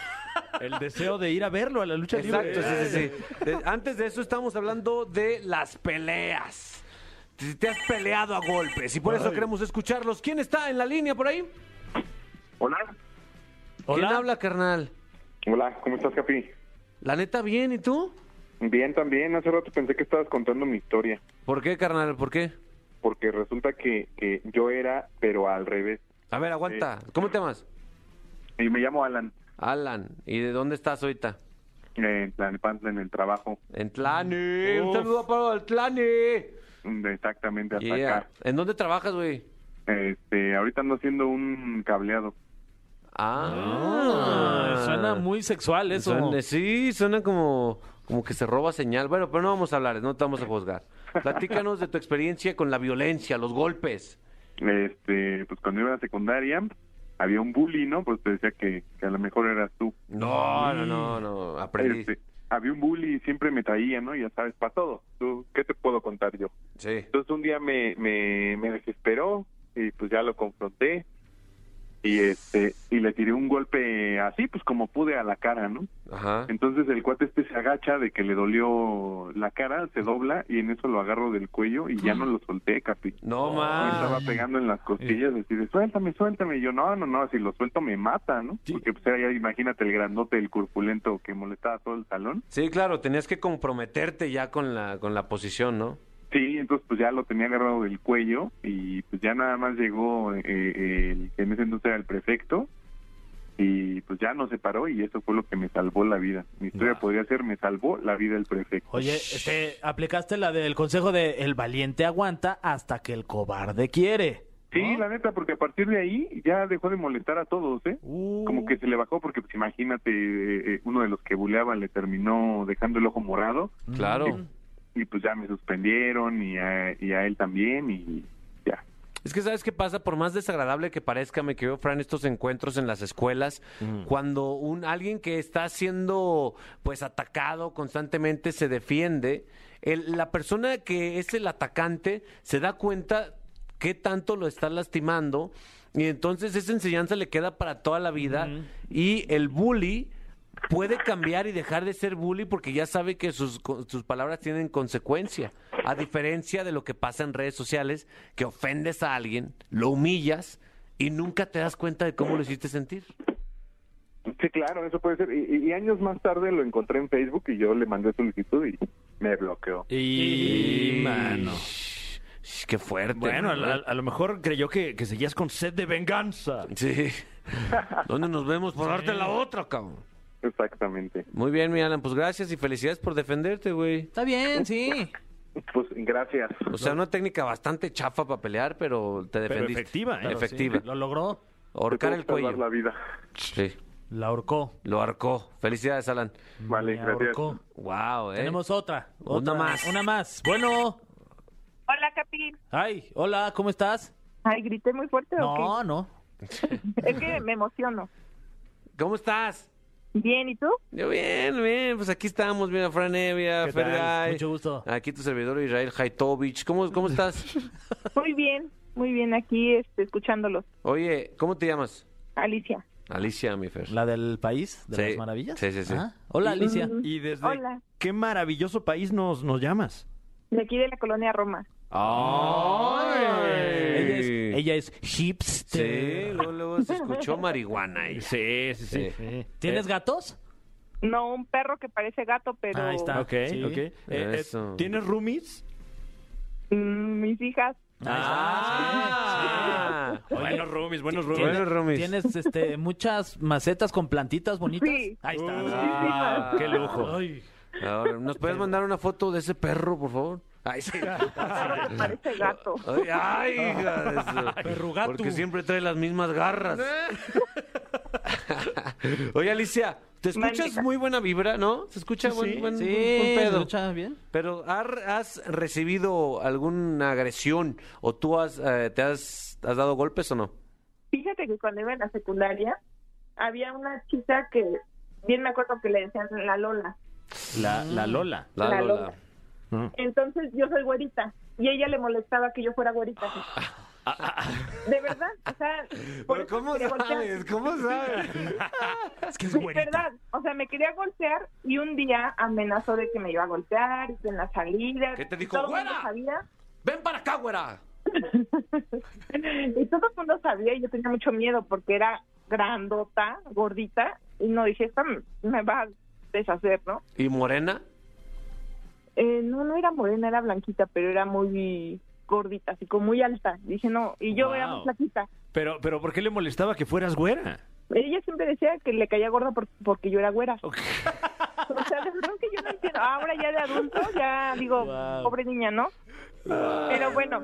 El deseo de ir a verlo a la lucha libre. Exacto, sí, sí, sí. De- Antes de eso estamos hablando de las peleas. Si te has peleado a golpes y por eso queremos escucharlos. ¿Quién está en la línea por ahí? Hola. ¿Quién Hola. habla, carnal? Hola, ¿cómo estás, Capi? La neta, bien, ¿y tú? Bien, también. Hace rato pensé que estabas contando mi historia, ¿Por qué, carnal? ¿Por qué? porque resulta que, que yo era, pero al revés. A ver, aguanta. ¿Cómo te llamas? Y me llamo Alan, Alan. ¿Y de dónde estás ahorita? eh, en Tlalnepantla, en el trabajo, Oh, En Tlane. Un saludo para el Tlane. mm, exactamente hasta Yeah. acá. ¿En dónde trabajas, güey? Este, ahorita ando haciendo un cableado. Ah, suena muy sexual eso. Suena- sí, suena como, como que se roba señal. Bueno, pero no vamos a hablar, no te vamos a juzgar. Platícanos de tu experiencia con la violencia, los golpes. Este, pues cuando iba a la secundaria, había un bully, ¿no? Pues te decía que, que a lo mejor eras tú. No, no, no, no, aprendí. Este, había un bully y siempre me traía, ¿no? Y Ya sabes, para todo. ¿Tú, ¿Qué te puedo contar yo? Sí. Entonces un día me, me, me desesperó y pues ya lo confronté y este y le tiré un golpe así, pues como pude a la cara, ¿no? Ajá. Entonces el cuate este se agacha de que le dolió la cara, se dobla y en eso lo agarro del cuello y ya no lo solté, capi. No Me estaba más. pegando en las costillas, así de suéltame, suéltame. Y yo, no, no, no, si lo suelto me mata, ¿no? Porque pues era ya, imagínate el grandote, el corpulento que molestaba a todo el salón. Sí, claro, tenías que comprometerte ya con la, con la posición, ¿no? Sí, entonces pues ya lo tenía agarrado del cuello y pues ya nada más llegó eh, eh, el que en ese entonces era el prefecto y pues ya no se paró y eso fue lo que me salvó la vida. Mi historia podría ser, me salvó la vida el prefecto. Oye, este, aplicaste la del consejo de el valiente aguanta hasta que el cobarde quiere. Sí, la neta, porque a partir de ahí ya dejó de molestar a todos, ¿eh? Como que se le bajó porque pues imagínate, eh, eh, uno de los que buleaba le terminó dejando el ojo morado Mm. Claro. y pues ya me suspendieron y a, y a él también y ya. Es que sabes qué pasa, por más desagradable que parezca, me quedo, Fran, estos encuentros en las escuelas, Mm. cuando un alguien que está siendo pues atacado constantemente se defiende, el- la persona que es el atacante se da cuenta qué tanto lo está lastimando y entonces esa enseñanza le queda para toda la vida y el bully puede cambiar y dejar de ser bully porque ya sabe que sus, co- sus palabras tienen consecuencia. A diferencia de lo que pasa en redes sociales, que ofendes a alguien, lo humillas y nunca te das cuenta de cómo lo hiciste sentir. Sí, claro, eso puede ser. Y, y- y años más tarde lo encontré en Facebook y yo le mandé solicitud y me bloqueó. Y, mano. Sh, Qué fuerte. Bueno, a, ¿no? a- a lo mejor creyó que, que seguías con sed de venganza. Sí. ¿Dónde nos vemos por darte la otra, cabrón? Exactamente. Muy bien, mi Alan, pues gracias y felicidades por defenderte, güey. Está bien, sí. Pues gracias. O sea, una técnica bastante chafa para pelear, pero te defendiste. efectiva, ¿eh? Claro, sí. Efectiva. Lo logró, Ahorcar el Te puedo salvar cuello. la vida. Sí. la ahorcó. Lo arcó. Felicidades, Alan. Vale, Me gracias. ahorcó. Wow, eh. Tenemos otra, Una otra. más. Una más. Bueno. Hola, Capi. Ay, hola, ¿cómo estás? Ay, grité muy fuerte. ¿o No, no. qué? Es que me emociono. ¿Cómo estás? Bien, ¿y tú? Yo bien, bien, pues aquí estamos, mira, Fran Evia, ¿Qué Fer tal? Gay. Mucho gusto. Aquí tu servidor Israel Haitovich. ¿Cómo, ¿Cómo estás? Muy bien, muy bien aquí este, escuchándolos. Oye, ¿cómo te llamas? Alicia. Alicia, mi Fer. La del país de Sí. las maravillas. Sí, sí, sí. Ah, Hola, Alicia. Y desde Hola. qué maravilloso país nos, nos llamas. De aquí de la colonia Roma. Ella es, ¡Ay! ella es Sí, hipster. luego, luego se escuchó marihuana. ahí. Sí, sí, sí. ¿Tienes Eh. gatos? No, un perro que parece gato, pero Ahí está. Ok, Sí. ok. Eh, eh, Eso. ¿Tienes roomies? mm, mis hijas. Ah, buenos roomies, buenos roomies. Bueno, Romis. ¿Tienes este, muchas macetas con plantitas bonitas? Sí. Ahí está. Ah, qué lujo. Ay. Ahora, ¿nos puedes mandar una foto de ese perro, por favor? Ay, sí. Perro que parece gato. Ay, ay, hija de su- Perrugato. Porque siempre trae las mismas garras. Oye, Alicia, te escuchas Mándica. muy buena vibra, ¿no? Se escucha buen, buen- Sí, buen pedo. ¿escucha bien? Pero ¿har- ¿has recibido alguna agresión o tú has, eh, te has, has dado golpes o no? Fíjate que cuando iba en la secundaria, había una chica que, bien me acuerdo que le decían la Lola. La, la Lola. La Lola. Entonces yo soy güerita y ella le molestaba que yo fuera güerita. Ah, De verdad, o sea, por Pero eso ¿cómo quería golpear. sabes? ¿Cómo sabes? Es que es De verdad, o sea, me quería golpear y un día amenazó de que me iba a golpear y que en la salida. ¿Qué te y dijo, Todo el mundo "Güera"? sabía. Ven para acá, güera. Y todo el mundo sabía y yo tenía mucho miedo porque era grandota, gordita y no dije, esta me- me va a deshacer, ¿no? ¿Y Morena? Eh, no, no era morena, era blanquita, pero era muy gordita, así como muy alta. Dije, no, y yo era Wow. muy flaquita. Pero, pero ¿por qué le molestaba que fueras güera? Ella siempre decía que le caía gorda por- porque yo era güera. O sea, de verdad que yo no entiendo. Ahora ya de adulto, ya digo, pobre niña, ¿no? Pero bueno,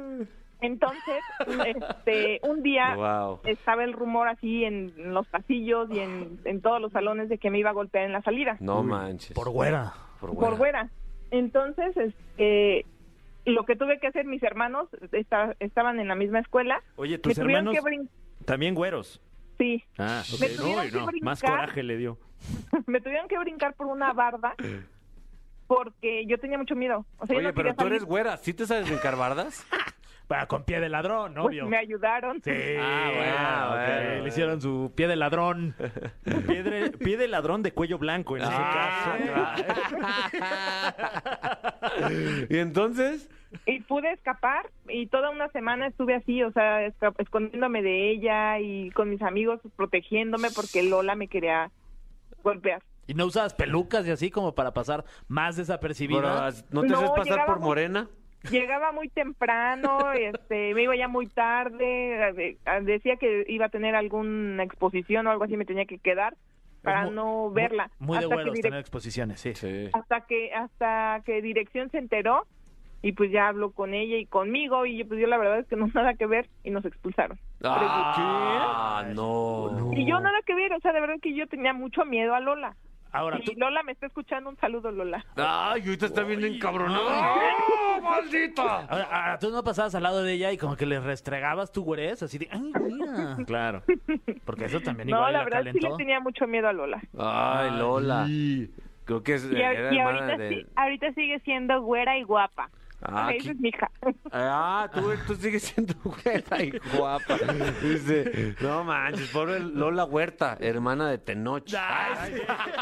Entonces, este, un día Wow. estaba el rumor así en los pasillos y en, en todos los salones de que me iba a golpear en la salida. No manches. Por güera. por fuera. Entonces, este, lo que tuve que hacer, mis hermanos esta- estaban en la misma escuela. Oye, Me tus tuvieron hermanos que brin- también güeros. sí, Ah, ok. Me tuvieron Uy, que no, brincar. Más coraje le dio. me tuvieron que brincar por una barda porque yo tenía mucho miedo. O sea, yo Oye, no pero quería tú eres salir. güera, ¿sí te sabes brincar bardas? Para con pie de ladrón, Pues, obvio. me ayudaron. Sí. Ah, bueno, ah, ok. bueno. Le hicieron su pie de ladrón. Piedre- pie de ladrón de cuello blanco en ese Ah, caso. y entonces, Y pude escapar y toda una semana estuve así, o sea, esca- escondiéndome de ella y con mis amigos protegiéndome porque Lola me quería golpear. ¿Y no usabas pelucas y así como para pasar más desapercibida? pero, ¿no te No, sabes pasar llegaba por muy- morena? Llegaba muy temprano, este, me iba ya muy tarde, de- decía que iba a tener alguna exposición o algo así, me tenía que quedar para Es mu- no mu- verla. Muy de hasta, güeros que direc- tener exposiciones, sí. Sí. hasta que hasta que dirección se enteró y pues ya habló con ella y conmigo y yo, pues yo la verdad es que no nada que ver y nos expulsaron. Ah, Oh, no. Y yo nada que ver, o sea, de verdad que yo tenía mucho miedo a Lola. Ahora, tú, Y Lola me está escuchando, un saludo Lola. Ay, ahorita está bien encabronado. maldita! ahora, ahora, tú no pasabas al lado de ella y como que le restregabas tu güerez, así de, ay, mira. Claro. Porque eso también No, igual la la verdad sí le calentó. tenía mucho miedo a Lola. Ay, Lola. Creo que es, Y, ahor- era y hermana ahorita, de... sí- ahorita sigue siendo güera y guapa. Ah, Esa qué- es mi hija. Ah, tú, tú sigues siendo güera y guapa. Dice, no manches, pobre Lola Huerta, hermana de Tenoch.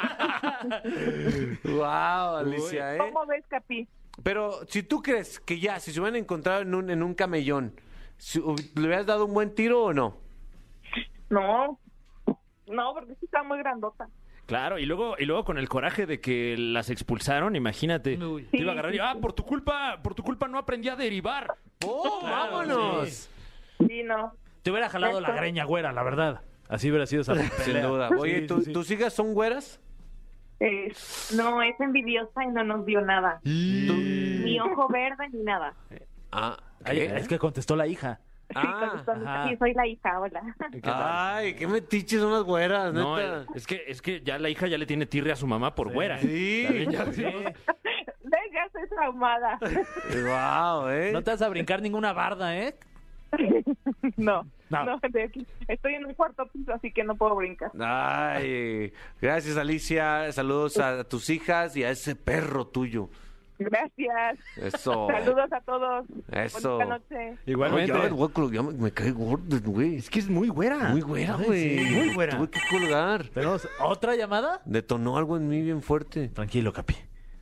wow, Alicia, ¿eh? ¿Cómo ves, Capi? Pero si tú crees que ya, si se hubieran encontrado en un, en un camellón, si hub- ¿le hubieras dado un buen tiro o no? No. No, porque sí está muy grandota. Claro, y luego, y luego con el coraje de que las expulsaron, imagínate. Uy. Te iba a agarrar y, ah, por tu culpa, por tu culpa no aprendí a derivar. ¡Oh, Claro, vámonos! sí. Sí, no. Te hubiera jalado la greña güera, la verdad. Así hubiera sido esa Sin pelea. duda. Oye, Sí, ¿tú, sí, sí. ¿tus hijas son güeras? Eh, no, es envidiosa y no nos dio nada. Ni ojo verde ni nada. Ah, Ay, ¿qué? es que contestó la hija. Sí, Ah, contestó, ajá. sí, soy la hija, hola. Ah. Ay, qué metiches son las güeras, No, neta. es que, es que ya la hija ya le tiene tirre a su mamá por güera. Sí. También ya- Ves, ya estoy traumada. Wow, eh. No te vas a brincar ninguna barda, ¿eh? No, No. no, de aquí. estoy en un cuarto piso, así que no puedo brincar. Ay, gracias Alicia, saludos a tus hijas y a ese perro tuyo. Gracias. Eso. Saludos a todos. Eso. Bonita noche. Igualmente. Ay, ya, güey, col- ya me, me cae gordo, güey. Es que es muy güera. Muy güera, Ay, güey. sí, muy güera. Tuve que colgar. ¿Tenemos otra llamada? Detonó algo en mí bien fuerte. Tranquilo, Capi.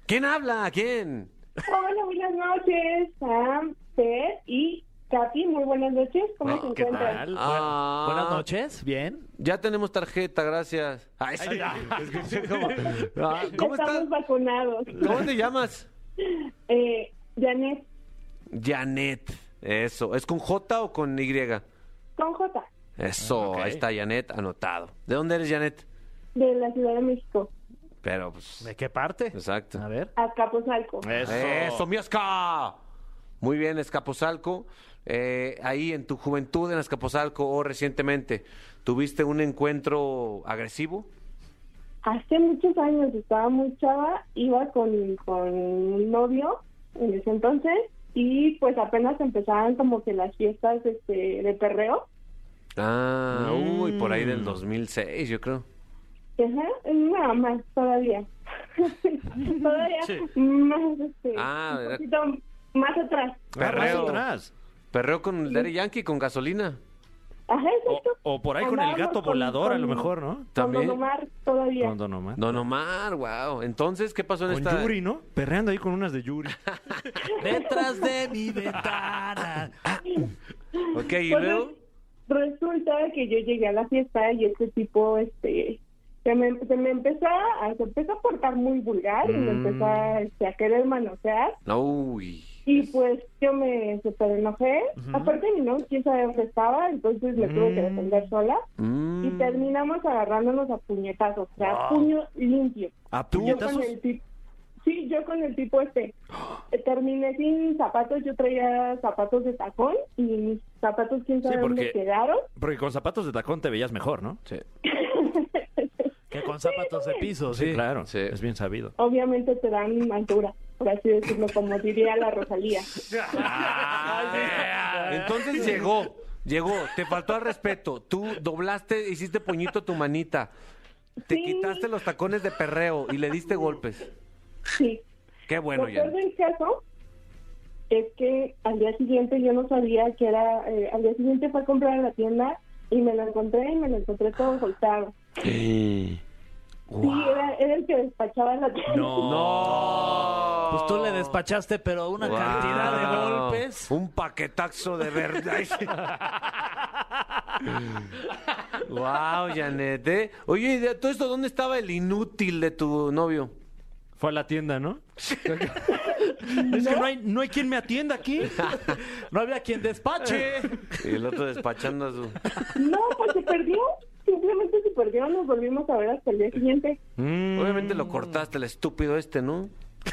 ¿Quién habla? ¿Quién? Hola, buenas noches, Sam, Ted y Katy. Muy buenas noches. ¿Cómo Ay, se ¿Qué encuentran? tal? Ah, Buenas noches, ¿bien? Ya tenemos tarjeta, gracias. Ay, sí. Ah, ¿Cómo Estamos estás? vacunados. ¿Cómo te llamas? Eh, Janet, Janet. Eso. ¿Es con J o con Y? con J, Eso. Ahí está Janet anotado. ¿De dónde eres, Janet? de la Ciudad de México, Pero, pues. ¿De qué parte? Exacto. A ver. Azcapotzalco. Eso. Eso, mi Esca. Muy bien, Escaposalco. Eh, ahí en tu juventud en Escaposalco o recientemente, ¿tuviste un encuentro agresivo? Hace muchos años estaba muy chava, iba con, con un novio en ese entonces y pues apenas empezaban como que las fiestas este, de perreo. Ah, uy, por ahí Mm. del 2006, yo creo. Ajá, nada más, todavía. todavía más, este, Ah, un era- poquito más atrás. Perreo. Perreo. Perreo con el Daddy Yankee con gasolina. Ajá, O, exacto. o por ahí con el Andábamos gato con- volador, a con- lo mejor, ¿no? Con Oh, También. Don Omar todavía. Con Don Omar. Don Omar, wow. Entonces, ¿qué pasó en Con esta? Yuri, ¿no? Perreando ahí con unas de Yuri. Detrás de mi ventana. Ok, y Pues luego. res- resulta que yo llegué a la fiesta y este tipo, este, se me, se me empezó, a, se empezó a portar muy vulgar y me empezó Mm. a, este, a querer manosear. No, uy. Y pues yo me super enojé. Aparte, mi novio quién sabe dónde estaba, entonces me tuve que defender sola. Mm. Y terminamos agarrándonos a puñetazos, o sea, puño limpio. ¿A Yo con puñetazos? el tip- Sí, yo con el tipo este. eh, Terminé sin zapatos, yo traía zapatos de tacón y mis zapatos quién sabe porque- dónde quedaron. Porque con zapatos de tacón te veías mejor, ¿no? Sí. Que con zapatos de piso, sí. claro. Sí. Es bien sabido. Obviamente te dan altura, por así decirlo, como diría la Rosalía. Entonces llegó, llegó, te faltó al respeto. Tú doblaste, hiciste puñito tu manita. Te Sí. quitaste los tacones de perreo y le diste golpes. Sí. Qué bueno, Lo ya. peor del caso es que al día siguiente yo no sabía que era. eh, al día siguiente fue a comprar a la tienda y me lo encontré y me lo encontré todo soltado. Sí, era, era el que despachaba en la tienda. No. Pues tú le despachaste, pero una cantidad de Wow. golpes. Un paquetaxo de verdad. wow, Janet. ¿eh? Oye, ¿y de todo esto dónde estaba el inútil de tu novio? Fue a la tienda, ¿no? es que no hay, no hay quien me atienda aquí. No había quien despache. Y el otro despachando a su. No, pues se perdió. Simplemente se perdió. Nos volvimos a ver hasta el día siguiente. Mm. Obviamente lo cortaste, el estúpido este, ¿no?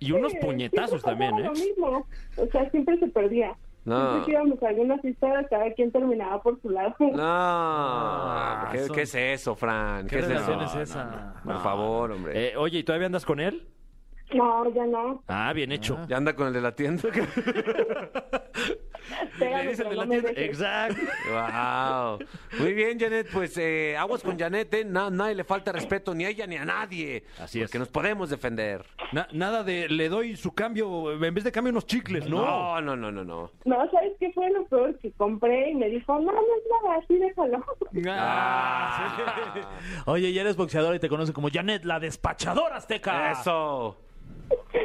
Y unos Sí, puñetazos siempre también, pasaba ¿eh? Ah. Lo mismo. O sea, siempre se perdía. No. Siempre que íbamos a alguna fiesta, cada quien terminaba por su lado. Ah, No. ¿Qué, son- qué es eso, Fran? ¿Qué, ¿Qué es relación eso? es esa? Por favor, hombre. Eh, oye, ¿y todavía andas con él? No, ya no. Ah, bien hecho. Ya anda con el de la tienda. Pégame, dice el de pero la no me tienda, dejes. Exacto. wow. Muy bien, Janet. Pues eh, aguas con Janet, ¿eh? Na- nadie le falta respeto, ni a ella ni a nadie. Así es. Que nos podemos defender. Na- nada de le doy su cambio, en vez de cambio unos chicles, ¿no? No, no, no, no, no. No, ¿sabes qué fue lo peor que compré? Y me dijo, no, no es nada, así déjalo. Ah. Oye, y eres boxeador y te conocen como Janet, la despachadora azteca. Eso.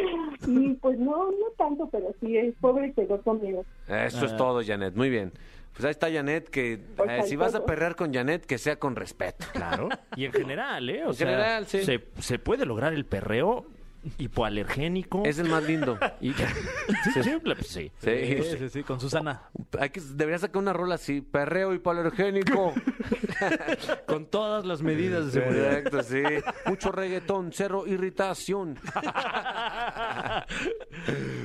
Y pues no, no tanto, pero sí, el pobre quedó conmigo. Eso Ah. es todo, Janet. Muy bien. Pues ahí está Janet, que Pues eh, ahí si vas a todo. perrear con Janet, que sea con respeto. Claro. Y en general, ¿eh? O sea, general, sí. se, se puede lograr el perreo hipoalergénico. Es el más lindo. Y... sí, sí, pues sí. Sí, Sí. Oh, sí, sí, con Susana. Hay que, debería sacar una rola así, perreo hipoalergénico. Con todas las medidas de seguridad. Exacto, sí. Mucho reggaetón, cero irritación.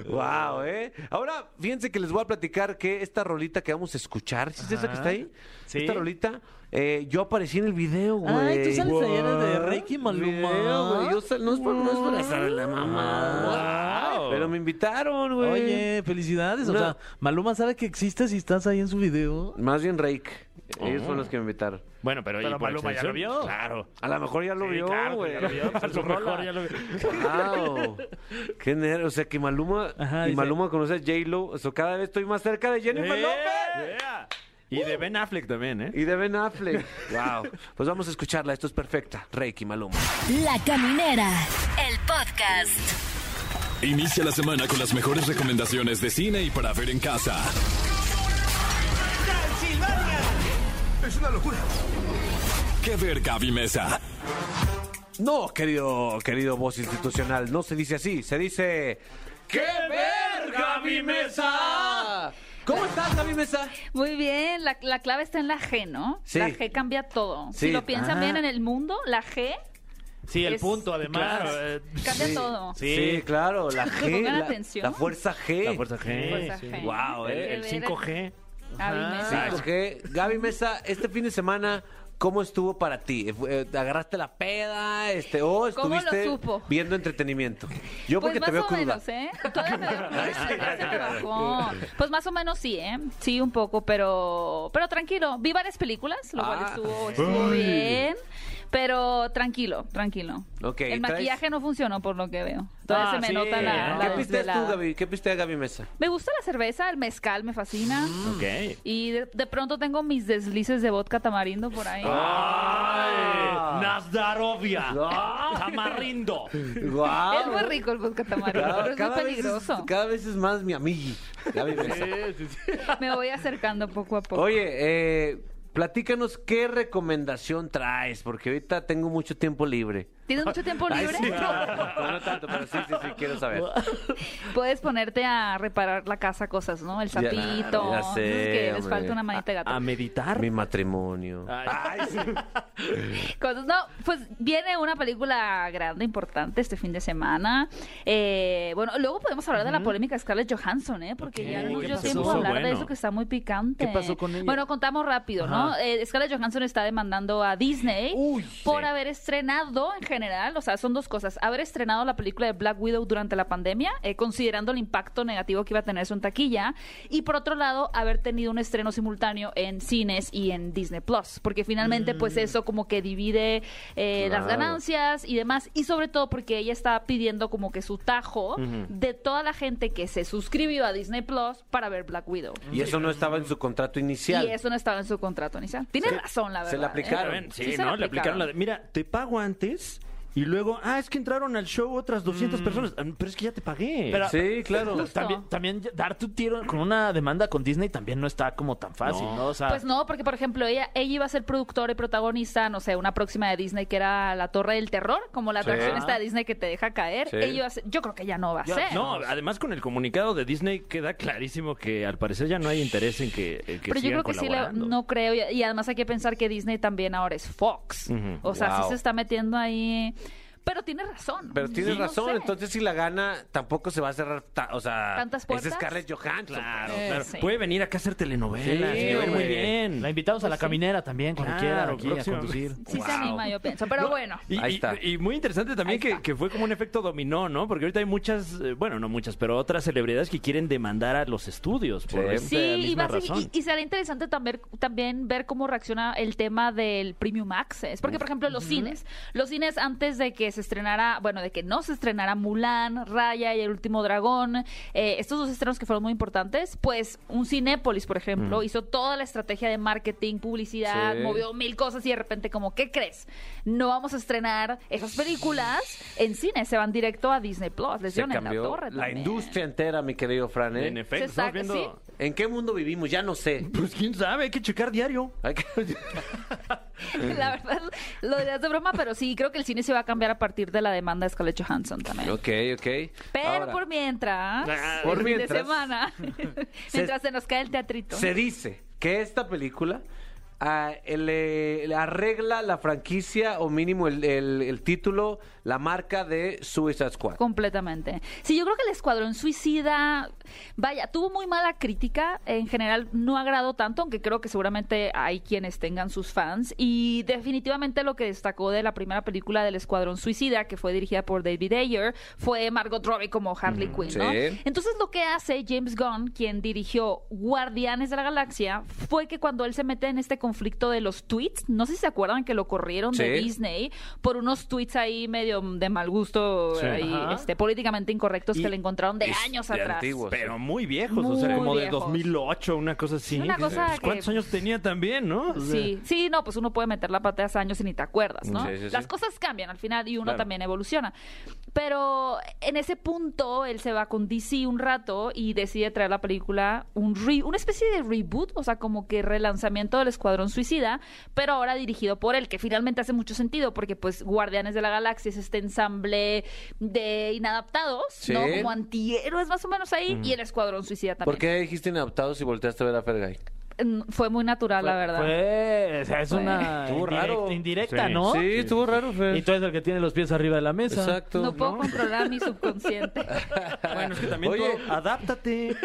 wow, ¿eh? Ahora, fíjense que les voy a platicar que esta rolita que vamos a escuchar, ¿sí es esa que está ahí? Sí. Esta rolita, eh, yo aparecí en el video, güey. Ay, tú sales ayer de What? Ricky Maluma. Video, güey. Yo sal- no es por, no es por estar en la mamá. Wow. Pero me invitaron, güey. Oye, felicidades. O No. sea, Maluma sabe que existes y estás ahí en su video. Más bien Rake. Ellos son los que me invitaron. Oh. Bueno, pero, Pero y por Maluma ya extensión, lo vio. Claro. A lo mejor ya lo vio, güey. A lo mejor ya lo vio. Wow. Qué nervio. O sea, que Maluma Ajá, y dice- Maluma conoce a J-Lo. O sea, cada vez estoy más cerca de Jennifer López. Yeah. Y de Ben Affleck también, ¿eh? Y de Ben Affleck. wow. Pues vamos a escucharla. Esto es perfecta. Reiki Maluma. La Caminera, el podcast. Inicia la semana con las mejores recomendaciones de cine y para ver en casa. Es una locura. ¿Qué ver, Gaby Mesa? No, querido, querido voz institucional. No se dice así. Se dice. ¡Qué verga, mi mesa! ¿Cómo estás, Gaby Mesa? Muy bien, la, la clave está en la G, ¿no? Sí. La G cambia todo. Sí. Si lo piensan Ah. bien en el mundo, la G Sí, el Es- punto, además. Claro, eh, cambia todo. Sí, claro. La G. Pongan La, atención. la fuerza G. La fuerza G. Fuerza sí. G. Wow, El, eh. el 5G. Avimesa. 5G. Gaby Mesa, este fin de semana, ¿cómo estuvo para ti? Eh, ¿Agarraste la peda? Este, ¿O ¿Cómo lo estuviste supo? viendo entretenimiento? Yo Pues porque más te veo o cruda. menos, ¿eh? Todavía me veo cruda, ya se me bajó. Pues más o menos sí, ¿eh? Sí, un poco, pero pero tranquilo. Vi varias películas, lo cual Ah. estuvo, estuvo bien, pero tranquilo, tranquilo. Ok, el traes- maquillaje no funcionó por lo que veo. Todavía Ah, se me sí, nota la, ¿no? la ¿Qué viste tú, desvelada. Gaby? ¿Qué viste a Gaby Mesa? Me gusta la cerveza, el mezcal me fascina. Ok. Y de, de pronto tengo mis deslices de vodka tamarindo por ahí. ¡Ay! Nazdarovia. Tamarindo. ¡Guau! es muy rico el vodka tamarindo, Cada, pero es muy ah, cada vez peligroso. es- cada vez es más mi amiga, Gaby Mesa. Me voy acercando poco a poco. Oye, eh, platícanos qué recomendación traes, porque ahorita tengo mucho tiempo libre. ¿Tienes mucho tiempo Ay, libre? sí, no, no, no tanto, pero sí, sí, sí, quiero saber. Puedes ponerte a reparar la casa, cosas, ¿no? El Ya, sapito, ya sé, que les hombre. falta una manita de gato. Ah, meditar. Mi matrimonio. Cosas- No, pues viene una película grande, importante este fin de semana. Eh, bueno, luego podemos hablar de la polémica de Scarlett Johansson, ¿eh? Porque ya no Uy, nos ¿qué dio pasó? tiempo a hablar de Bueno. eso que está muy picante. ¿Qué pasó con ella? Bueno, contamos rápido, ¿no? Ajá. Eh, Scarlett Johansson está demandando a Disney por haber estrenado en general, o sea, son dos cosas. Haber estrenado la película de Black Widow durante la pandemia, eh, considerando el impacto negativo que iba a tener eso en taquilla. Y por otro lado, haber tenido un estreno simultáneo en cines y en Disney Plus. Porque finalmente, Mm. pues eso como que divide eh, las Claro. ganancias y demás. Y sobre todo porque ella está pidiendo como que su tajo Ujú. de toda la gente que se suscribió a Disney Plus para ver Black Widow. Y eso no estaba en su contrato inicial. Y eso no estaba en su contrato inicial. Tiene Se- razón, la verdad. se la ¿eh? aplicaron. Sí, se ¿no? Le aplicaron la de, mira, te pago antes y luego, ah, es que entraron al show otras 200 Mm. personas. Ah, Pero es que ya te pagué. Pero- También, también dar tu tiro con una demanda con Disney también no está como tan fácil, No. ¿no? O sea, Pues no, porque por ejemplo, ella, ella iba a ser productora y protagonista, no sé, una próxima de Disney que era La Torre del Terror, como la Sí. Ah. atracción esta de Disney que te deja caer. Sí. Ella iba a ser- yo creo que ya no va a Ya, ser. no, además con el comunicado de Disney queda clarísimo que al parecer ya no hay interés en que, en que Pero yo creo sigan que sí, le- colaborando. no creo. Y, y además hay que pensar que Disney también ahora es Fox. Ujú. O sea, sí Wow. se está metiendo ahí. Pero tiene razón. Pero tienes Sí, no razón, sé. entonces si la gana tampoco se va a cerrar, ta- o sea, ¿Tantas puertas? es Scarlett Johansson. pues. Claro, Claro, Puede venir acá a hacer telenovelas. Sí, le va a ir muy güey. bien. Ah, la invitamos a la caminera también cuando quiera Claro, aquí a próximamente. conducir. Pues Sí se anima, yo pienso. Pero bueno. Y, y- y muy interesante también que, que fue como un efecto dominó, ¿no? Porque ahorita hay muchas, eh, bueno, no muchas, pero otras celebridades que quieren demandar a los estudios por esta Sí, y, misma va a ser- razón. y- y será interesante también, también ver cómo reacciona el tema del Premium Access. Porque, por ejemplo, los cines. Los cines antes de que se estrenara, bueno, de que no se estrenara Mulan, Raya y El Último Dragón, eh, estos dos estrenos que fueron muy importantes, pues un Cinépolis, por ejemplo, Ujú. hizo toda la estrategia de marketing, publicidad, Mm. Sí. movió mil cosas y de repente como, ¿qué crees? No vamos a estrenar esas películas en cines, se van directo a Disney Plus, les Se dieron Pues en la cambió torre. la, también. industria entera, mi querido Fran. ¿eh? En efecto, Se estamos saca, viendo- ¿En qué mundo vivimos? Ya no sé. Pues quién sabe, hay que checar diario. Hay que- La Eh. verdad, lo dirás de broma, pero sí, creo que el cine se va a cambiar a partir de la demanda de Scarlett Johansson también. ok, ok. Pero Ahora, por mientras, Ah, el por fin mientras. de semana, Se- mientras se nos cae el teatrito. Se dice que esta película ah, le, le arregla la franquicia o mínimo el, el- el título, la marca de Suicide Squad. Completamente. Sí, yo creo que el Escuadrón Suicida, vaya, tuvo muy mala crítica. En general, no agradó tanto, aunque creo que seguramente hay quienes tengan sus fans. Y definitivamente lo que destacó de la primera película del Escuadrón Suicida, que fue dirigida por David Ayer, fue Margot Robbie como Harley Ujú, Quinn, ¿no? sí. Entonces, lo que hace James Gunn, quien dirigió Guardianes de la Galaxia, fue que cuando él se mete en este conflicto de los tweets, no sé si se acuerdan que lo corrieron de Sí. Disney por unos tweets ahí medio de mal gusto Sí. ahí, Ajá. este, políticamente incorrectos Y- que le encontraron de Es años de atrás. antiguos, Pero muy viejos, o sea, Muy como del viejos. 2008, una cosa así. Una Pues, cosa pues, ¿Cuántos que- años tenía también, no? O sea, Sí, sí, no, pues uno puede meter la pata hace años y ni te acuerdas, ¿no? Sí, sí, sí. Las cosas cambian al final y uno Claro. también evoluciona. Pero en ese punto él se va con DC un rato y decide traer la película un re- una especie de reboot, o sea, como que relanzamiento del Escuadrón Suicida, pero ahora dirigido por él, que finalmente hace mucho sentido porque pues Guardianes de la Galaxia es este ensamble de inadaptados, Sí. ¿no? Como antihéroes más o menos ahí Ujú. y el Escuadrón Suicida también. ¿Por qué dijiste inadaptados y volteaste a ver a Fergay? Mm, Fue muy natural, la verdad. Fue, o sea, Pues, es Fue. una Estuvo indirecta, raro. indirecta, Sí. ¿no? Sí, estuvo raro, Fer. Y tú eres el que tiene los pies arriba de la mesa. Exacto. No puedo controlar mi subconsciente. Bueno, es que también Oye. Ah, tú adáptate.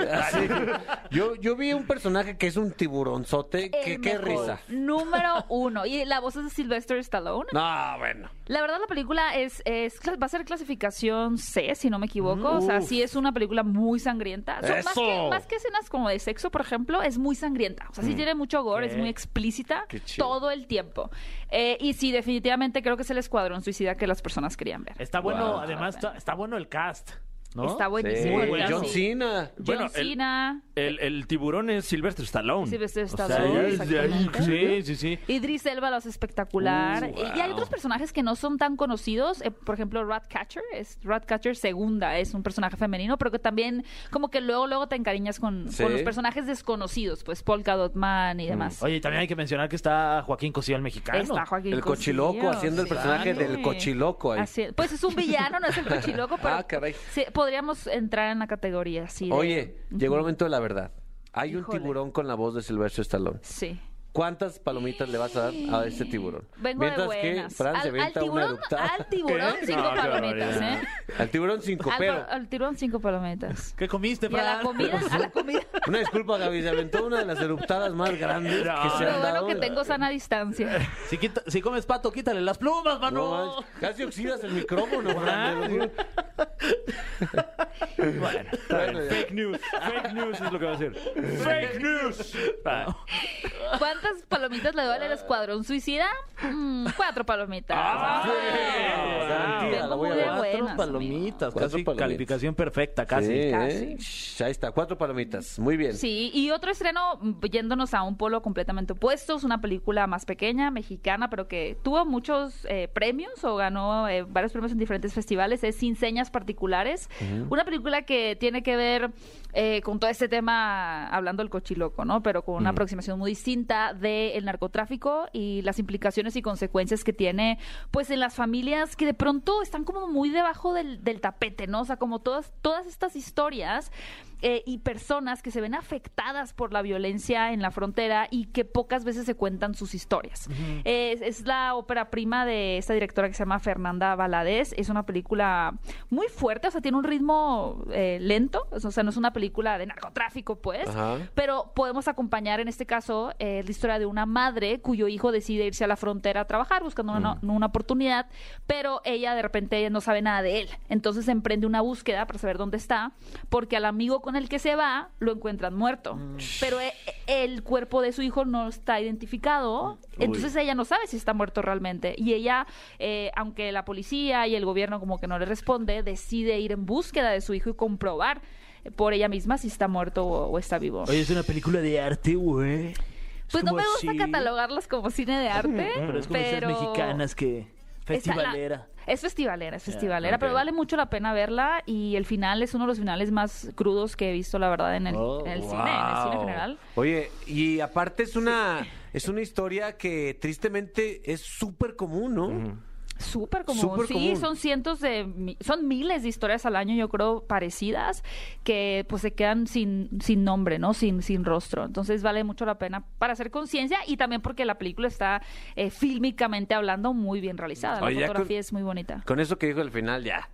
Yo, yo vi un personaje que es un tiburonzote. que- El ¡Qué mejor. risa! Número uno. Y la voz es de Sylvester Stallone. No, bueno. La verdad, la película es, es cla- va a ser clasificación C, si no me equivoco. O sea, Uf. sí es una película muy sangrienta. Son Más, ¡Eso! que, más que escenas como de sexo, por ejemplo, es muy sangrienta. O sea, sí Mm. tiene mucho gore, es Ok. muy explícita Qué chido. todo el tiempo. Eh, y sí, definitivamente creo que es el escuadrón suicida que las personas querían ver. Está bueno, Wow. además, está, está bueno el cast. ¿no? Está buenísimo. Sí. el John John Cena. John Bueno, el- Cena, El, el tiburón es Sylvester Stallone. Sylvester O sea, Stallone, es de ahí. exactamente. sí, sí, sí. Idris Elba lo hace espectacular. Uh, wow. Y hay otros personajes que no son tan conocidos. eh, por ejemplo, Ratcatcher. Es Ratcatcher segunda. Es un personaje femenino, pero que también como que luego luego te encariñas con, Sí. con los personajes desconocidos. Pues Polka Dot Man Mm. y demás. Oye, y también hay que mencionar que está Joaquín Cosío el mexicano. Está Joaquín El cochiloco, Cosío, haciendo el personaje del cochiloco ahí. Así es. Pues es un villano, no es el cochiloco, pero Ah, caray. sí, podríamos entrar en la categoría. Sí, de- Oye, llegó el momento de la verdad. Hay Híjole. un tiburón con la voz de Silvestre Stallone. Sí. ¿Cuántas palomitas le vas a dar a este tiburón? Vengo Mientras de que buenas. Fran se al, al venta una tiburón, eructada. al tiburón ¿Qué? cinco No, qué palomitas, barbaridad. ¿eh? Al tiburón cinco, Al, pero... pa- al tiburón cinco palomitas. ¿Qué comiste, Y a la Fran? comida, a la comida. Una disculpa, Gaby, se aventó una de las eruptadas más grandes que se Lo han bueno dado. que tengo sana distancia. Si, quita- si comes pato, quítale las plumas, mano. Ah, No, casi oxidas el micrófono, Fran, te lo juro. Bueno, está bien. fake news. Fake news es lo que va a decir. Fake news. Ah. ¿Cuántas palomitas le duele al escuadrón suicida? Mm, cuatro palomitas. Garantía, la Tengo voy a muy dar. de Cuatro buenas, palomitas, Cuatro casi palomitas. calificación perfecta, casi. Sí, ¿eh? Shh, Ahí está, cuatro palomitas. Muy bien. Sí, y otro estreno mm, yéndonos a un polo completamente opuesto, es una película más pequeña, mexicana, pero que tuvo muchos eh, premios o ganó eh, varios premios en diferentes festivales, es Sin Señas Particulares, Ujú. una película que tiene que ver eh, con todo este tema, hablando del cochiloco, ¿no? Pero con una Mm. aproximación muy distinta del narcotráfico y las implicaciones y consecuencias que tiene, pues, en las familias que de pronto están como muy debajo del, del tapete, ¿no? O sea, como todas, todas estas historias eh, y personas que se ven afectadas por la violencia en la frontera y que pocas veces se cuentan sus historias. es, es la ópera prima de esta directora que se llama Fernanda Valadez. Es una película muy fuerte, o sea, tiene un ritmo eh, lento, o sea, no es una película de narcotráfico, pues, Ajá. pero podemos acompañar en este caso eh, la historia de una madre cuyo hijo decide irse a la frontera a trabajar buscando una, Mm. una oportunidad, pero ella de repente no sabe nada de él. Entonces emprende una búsqueda para saber dónde está, porque al amigo con el que se va lo encuentran muerto, Mm. pero e- el cuerpo de su hijo no está identificado, Uy. entonces ella no sabe si está muerto realmente. Y ella, eh, aunque la policía y el gobierno como que no le responde, decide ir en búsqueda de su hijo y comprobar eh, por ella misma si está muerto o, o está vivo. Oye, es una película de arte, güey. Es Pues no como me gusta así. catalogarlas como cine de arte, Pero pero... es como esas mexicanas que. Está la- Festivalera. es festivalera, es Ya, festivalera, pero ok. vale mucho la pena verla y el final es uno de los finales más crudos que he visto, la verdad, en el, Oh, en el cine, en el cine en Wow. general. Oye, y aparte es una es una historia que tristemente es súper común, ¿no? Súper común. Súper sí, común. son cientos de. mi- Son miles de historias al año, yo creo, parecidas, que pues se quedan sin, sin nombre, ¿no? Sin, sin rostro. Entonces vale mucho la pena para hacer conciencia y también porque la película está eh, fílmicamente hablando muy bien realizada. La Oye, ya fotografía con- es muy bonita. Con eso que dijo el final, ya.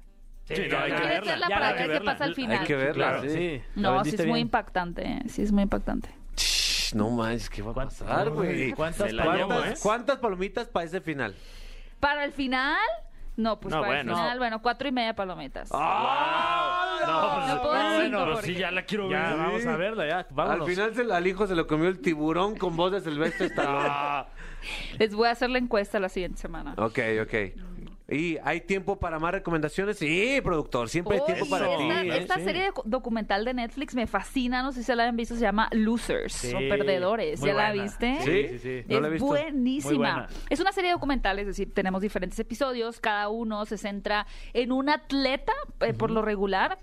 Sí, no, ya. hay que Hay que verla. verla Ya para hay ver qué verla. pasa al final. Hay que verla, Claro, sí. sí. No, sí es muy impactante, eh, sí es muy impactante. Shh, No manches, ¿qué va a pasar, güey? Uy, ¿cuántas ¿Cuántas, palomitas? cuántas palomitas para ese final? Para el final, no, pues No, para bueno. el final, bueno, cuatro y media palometas. Ah, No, No puedo pues, decir bueno, por pues sí, ya la quiero ver. Ya, vamos a verla, ya. Vámonos. Al final se la- al hijo se lo comió el tiburón con voz de Silvestre Stallone. Les voy a hacer la encuesta la siguiente semana. ok, ok. ¿Y hay tiempo para más recomendaciones? Sí, productor, siempre Pues, hay Oye, tiempo para ti. esta, ¿eh? esta Sí. serie docu- documental de Netflix me fascina, no sé si se la han visto, se llama Losers Sí, o Perdedores. muy ¿Ya la buena. viste? Sí, sí, sí. No Es la he visto. Muy buenísima. buena. Es una serie documental, es decir, tenemos diferentes episodios, cada uno se centra en un atleta eh, por lo regular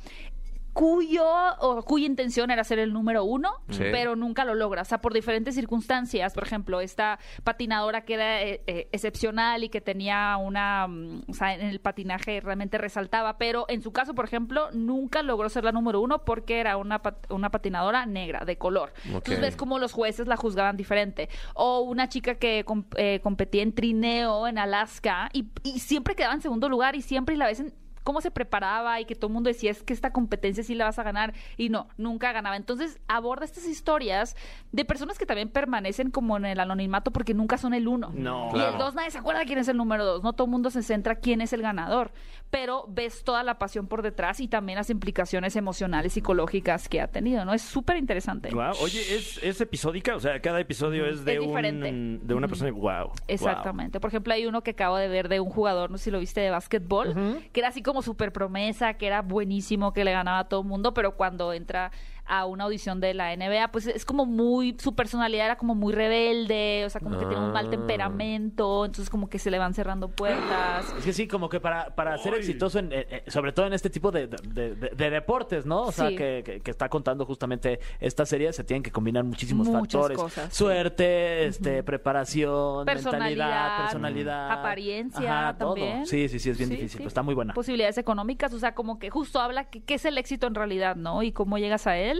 cuyo o cuya intención era ser el número uno, Sí. pero nunca lo logra. O sea, por diferentes circunstancias. Por ejemplo, esta patinadora que era eh, eh, excepcional y que tenía una. mm, O sea, en el patinaje realmente resaltaba, pero en su caso, por ejemplo, nunca logró ser la número uno porque era una, pat- una patinadora negra, de color. Entonces Ok. ves cómo los jueces la juzgaban diferente. O una chica que com- eh, competía en trineo en Alaska y, y siempre quedaba en segundo lugar y siempre y la ves en cómo se preparaba y que todo el mundo decía es que esta competencia sí la vas a ganar y no, nunca ganaba. Entonces aborda estas historias de personas que también permanecen como en el anonimato porque nunca son el uno. No. Y Claro. el dos nadie se acuerda quién es el número dos, no todo el mundo se centra quién es el ganador, pero ves toda la pasión por detrás y también las implicaciones emocionales, psicológicas que ha tenido, ¿no? Es súper interesante. Guau, Oye, ¿es, es episódica, o sea, cada episodio es de Es diferente. un de una Ujú. persona. Wow. Exactamente. Por ejemplo, hay uno que acabo de ver de un jugador, no sé si lo viste, de básquetbol, que era así como como super promesa, que era buenísimo, que le ganaba a todo el mundo, pero cuando entra a una audición de la NBA, pues es como muy, su personalidad era como muy rebelde, o sea, como que tiene un mal Ah. temperamento, entonces como que se le van cerrando puertas. Es que sí, como que para, para ser exitoso, en, eh, eh, sobre todo en este tipo de, de- de- de deportes, ¿no? O sea, Sí. que, que- que está contando justamente esta serie, se tienen que combinar muchísimos Muchas factores. cosas, sí. Suerte, este, preparación, mentalidad, Personalidad, personalidad. apariencia Ajá, todo. también. Sí, sí, sí, es bien Sí, difícil, sí. Pues pero está muy buena. Posibilidades económicas, o sea, como que justo habla que, qué es el éxito en realidad, ¿no? Y cómo llegas a él.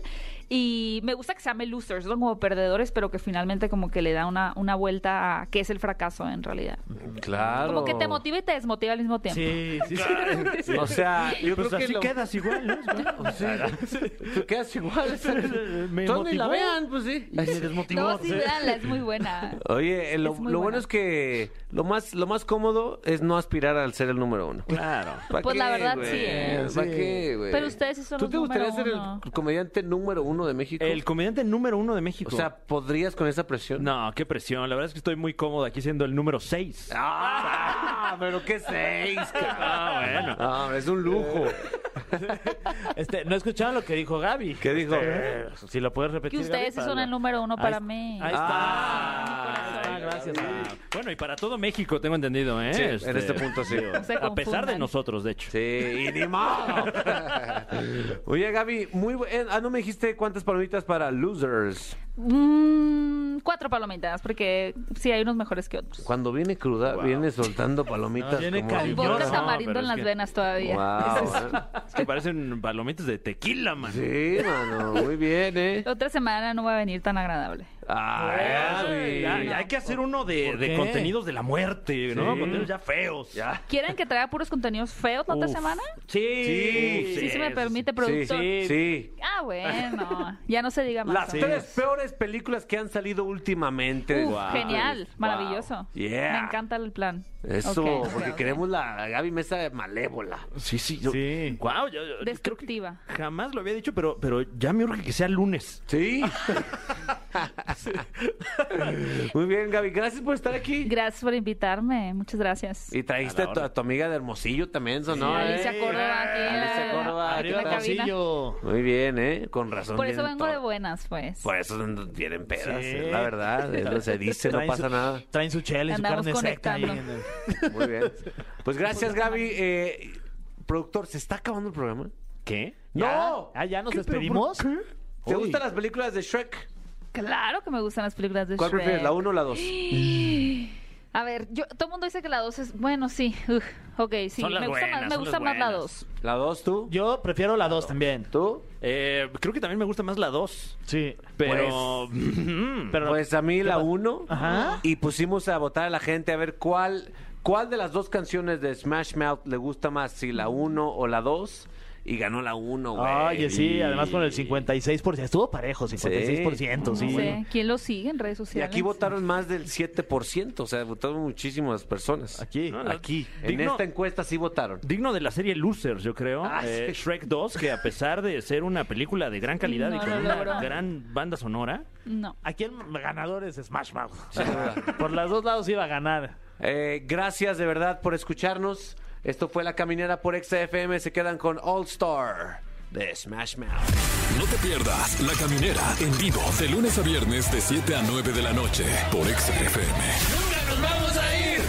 Y me gusta que se llame losers, ¿no? Como perdedores, pero que finalmente como que le da una, una vuelta a qué es el fracaso en realidad. Claro. Como que te motiva y te desmotiva al mismo tiempo. Sí, sí, sí. O sea, yo Pues creo que así lo- quedas igual, ¿no? O sea, tú quedas igual. Me Entonces, ni la motivó. vean, pues sí. Y me desmotivó. No, sí, véanla, es muy buena. Oye, eh, lo, Es muy buena. lo bueno es que lo más lo más cómodo es no aspirar al ser el número uno. Claro. Pues la verdad, sí, ¿eh? ¿Para qué, güey? Pero ustedes sí son ¿Tú los te gustaría número ser uno. el comediante número uno de México? El comediante número uno de México. O sea, ¿podrías con esa presión? no, qué presión. La verdad es que estoy muy cómodo aquí siendo el número 6. ¡Ah! ¿Pero qué seis, Ah, bueno. Ah, es un lujo. Este, no escucharon lo que dijo Gaby. ¿Qué dijo? Este, si lo puedes Que repetir. ustedes sí Gaby, son para- el número uno Ahí para es- mí. Ahí está. Ah, gracias. Ah, Bueno, y para todo México, tengo entendido, ¿eh? Sí, en este punto sí. digo, No se a pesar de confundan. nosotros, de hecho. Sí, y ni modo. Oye, Gaby, muy bu- eh, Ah, no me dijiste cuántas palomitas para losers. Mm, cuatro palomitas, porque sí hay unos mejores que otros. Cuando viene cruda, viene soltando palomitas. No, viene como- Con cariñoso. vodka No, tamarindo Ah, pero en es las que- venas todavía. Wow, ¿eh? Es que parecen palomitas de tequila, man. Sí, mano, muy bien, ¿eh? La otra semana no va a venir tan agradable. Ah, Ay, Gaby. hay que hacer uno de, ¿Por de qué? contenidos de la muerte, ¿no? Sí. Contenidos ya feos. ¿Quieren que traiga puros contenidos feos la otra Uf. semana? Sí, Sí, si me permite, Sí, productor. sí, sí. Ah, bueno. Ya no se diga más. Las ¿no? tres peores películas que han salido últimamente. Uf, Wow. Genial, maravilloso. Wow. pues, Yeah. Me encanta el plan. Eso, Ok, ok, porque ok. queremos la, la Gaby Mesa de malévola. Sí, sí. yo- Sí. Guau, yo- yo- creo que Destructiva. jamás lo había dicho, pero, pero ya me urge que sea lunes. Sí. Muy bien, Gaby, gracias por estar aquí. Gracias por invitarme. Muchas gracias. y trajiste a tu, a tu amiga de Hermosillo también, sonó. Sí, ¿eh? Alicia Córdoba aquí. en la- Alicia Córdoba. aquí en la Arriba, cabina. Muy bien, ¿eh? Con razón. Por eso vienen vengo de todo. buenas, pues. Por eso tienen pedas, Sí. es la verdad. es lo- se dice, no Traen pasa su- nada. Traen su chela y su Andamos carne seca. ahí conectando. en el- Muy bien. Pues gracias, Gaby. Eh, productor, ¿se está acabando el programa? ¿Qué? ¡No! Ah, ya nos ¿Qué, pero despedimos. por qué? ¿Te Uy. gustan las películas de Shrek? Claro que me gustan las películas de ¿Cuál Shrek. prefieres, la 1 o la 2? A ver, yo, todo el mundo dice que la 2 es. Bueno, sí. Uf, ok, sí. Son las Me gusta, buenas, más, me son gusta las más la buenas. 2. ¿La 2 tú? Yo prefiero la dos también. ¿Tú? Eh, creo que también me gusta más la 2. Sí. Pero. Mm, Pero Pues a mí la 1. Ajá. Y pusimos a votar a la gente a ver cuál, cuál de las dos canciones de Smash Mouth le gusta más, si la 1 o la 2. Y ganó la 1, güey. Oye, sí, además con el 56%. Estuvo parejo, 56%, sí. No sé. ¿Quién lo sigue en redes Y sociales? aquí votaron más del 7%, o sea, votaron muchísimas personas. Aquí. no, no. Aquí. En Digno- esta encuesta sí votaron. Digno de la serie Losers, yo creo. Ah, Eh, sí. Shrek 2, que a pesar de ser una película de gran calidad y No con lo una logró. gran banda sonora, No. Aquí el ganador es Smash Mouth. Por los dos lados iba a ganar. Eh, gracias de verdad por escucharnos. Esto fue La Caminera por XFM. Se quedan con All Star de Smash Mouth. No te pierdas La Caminera en vivo de lunes a viernes de 7 a 9 de la noche por XFM. ¡Nunca nos vamos a ir!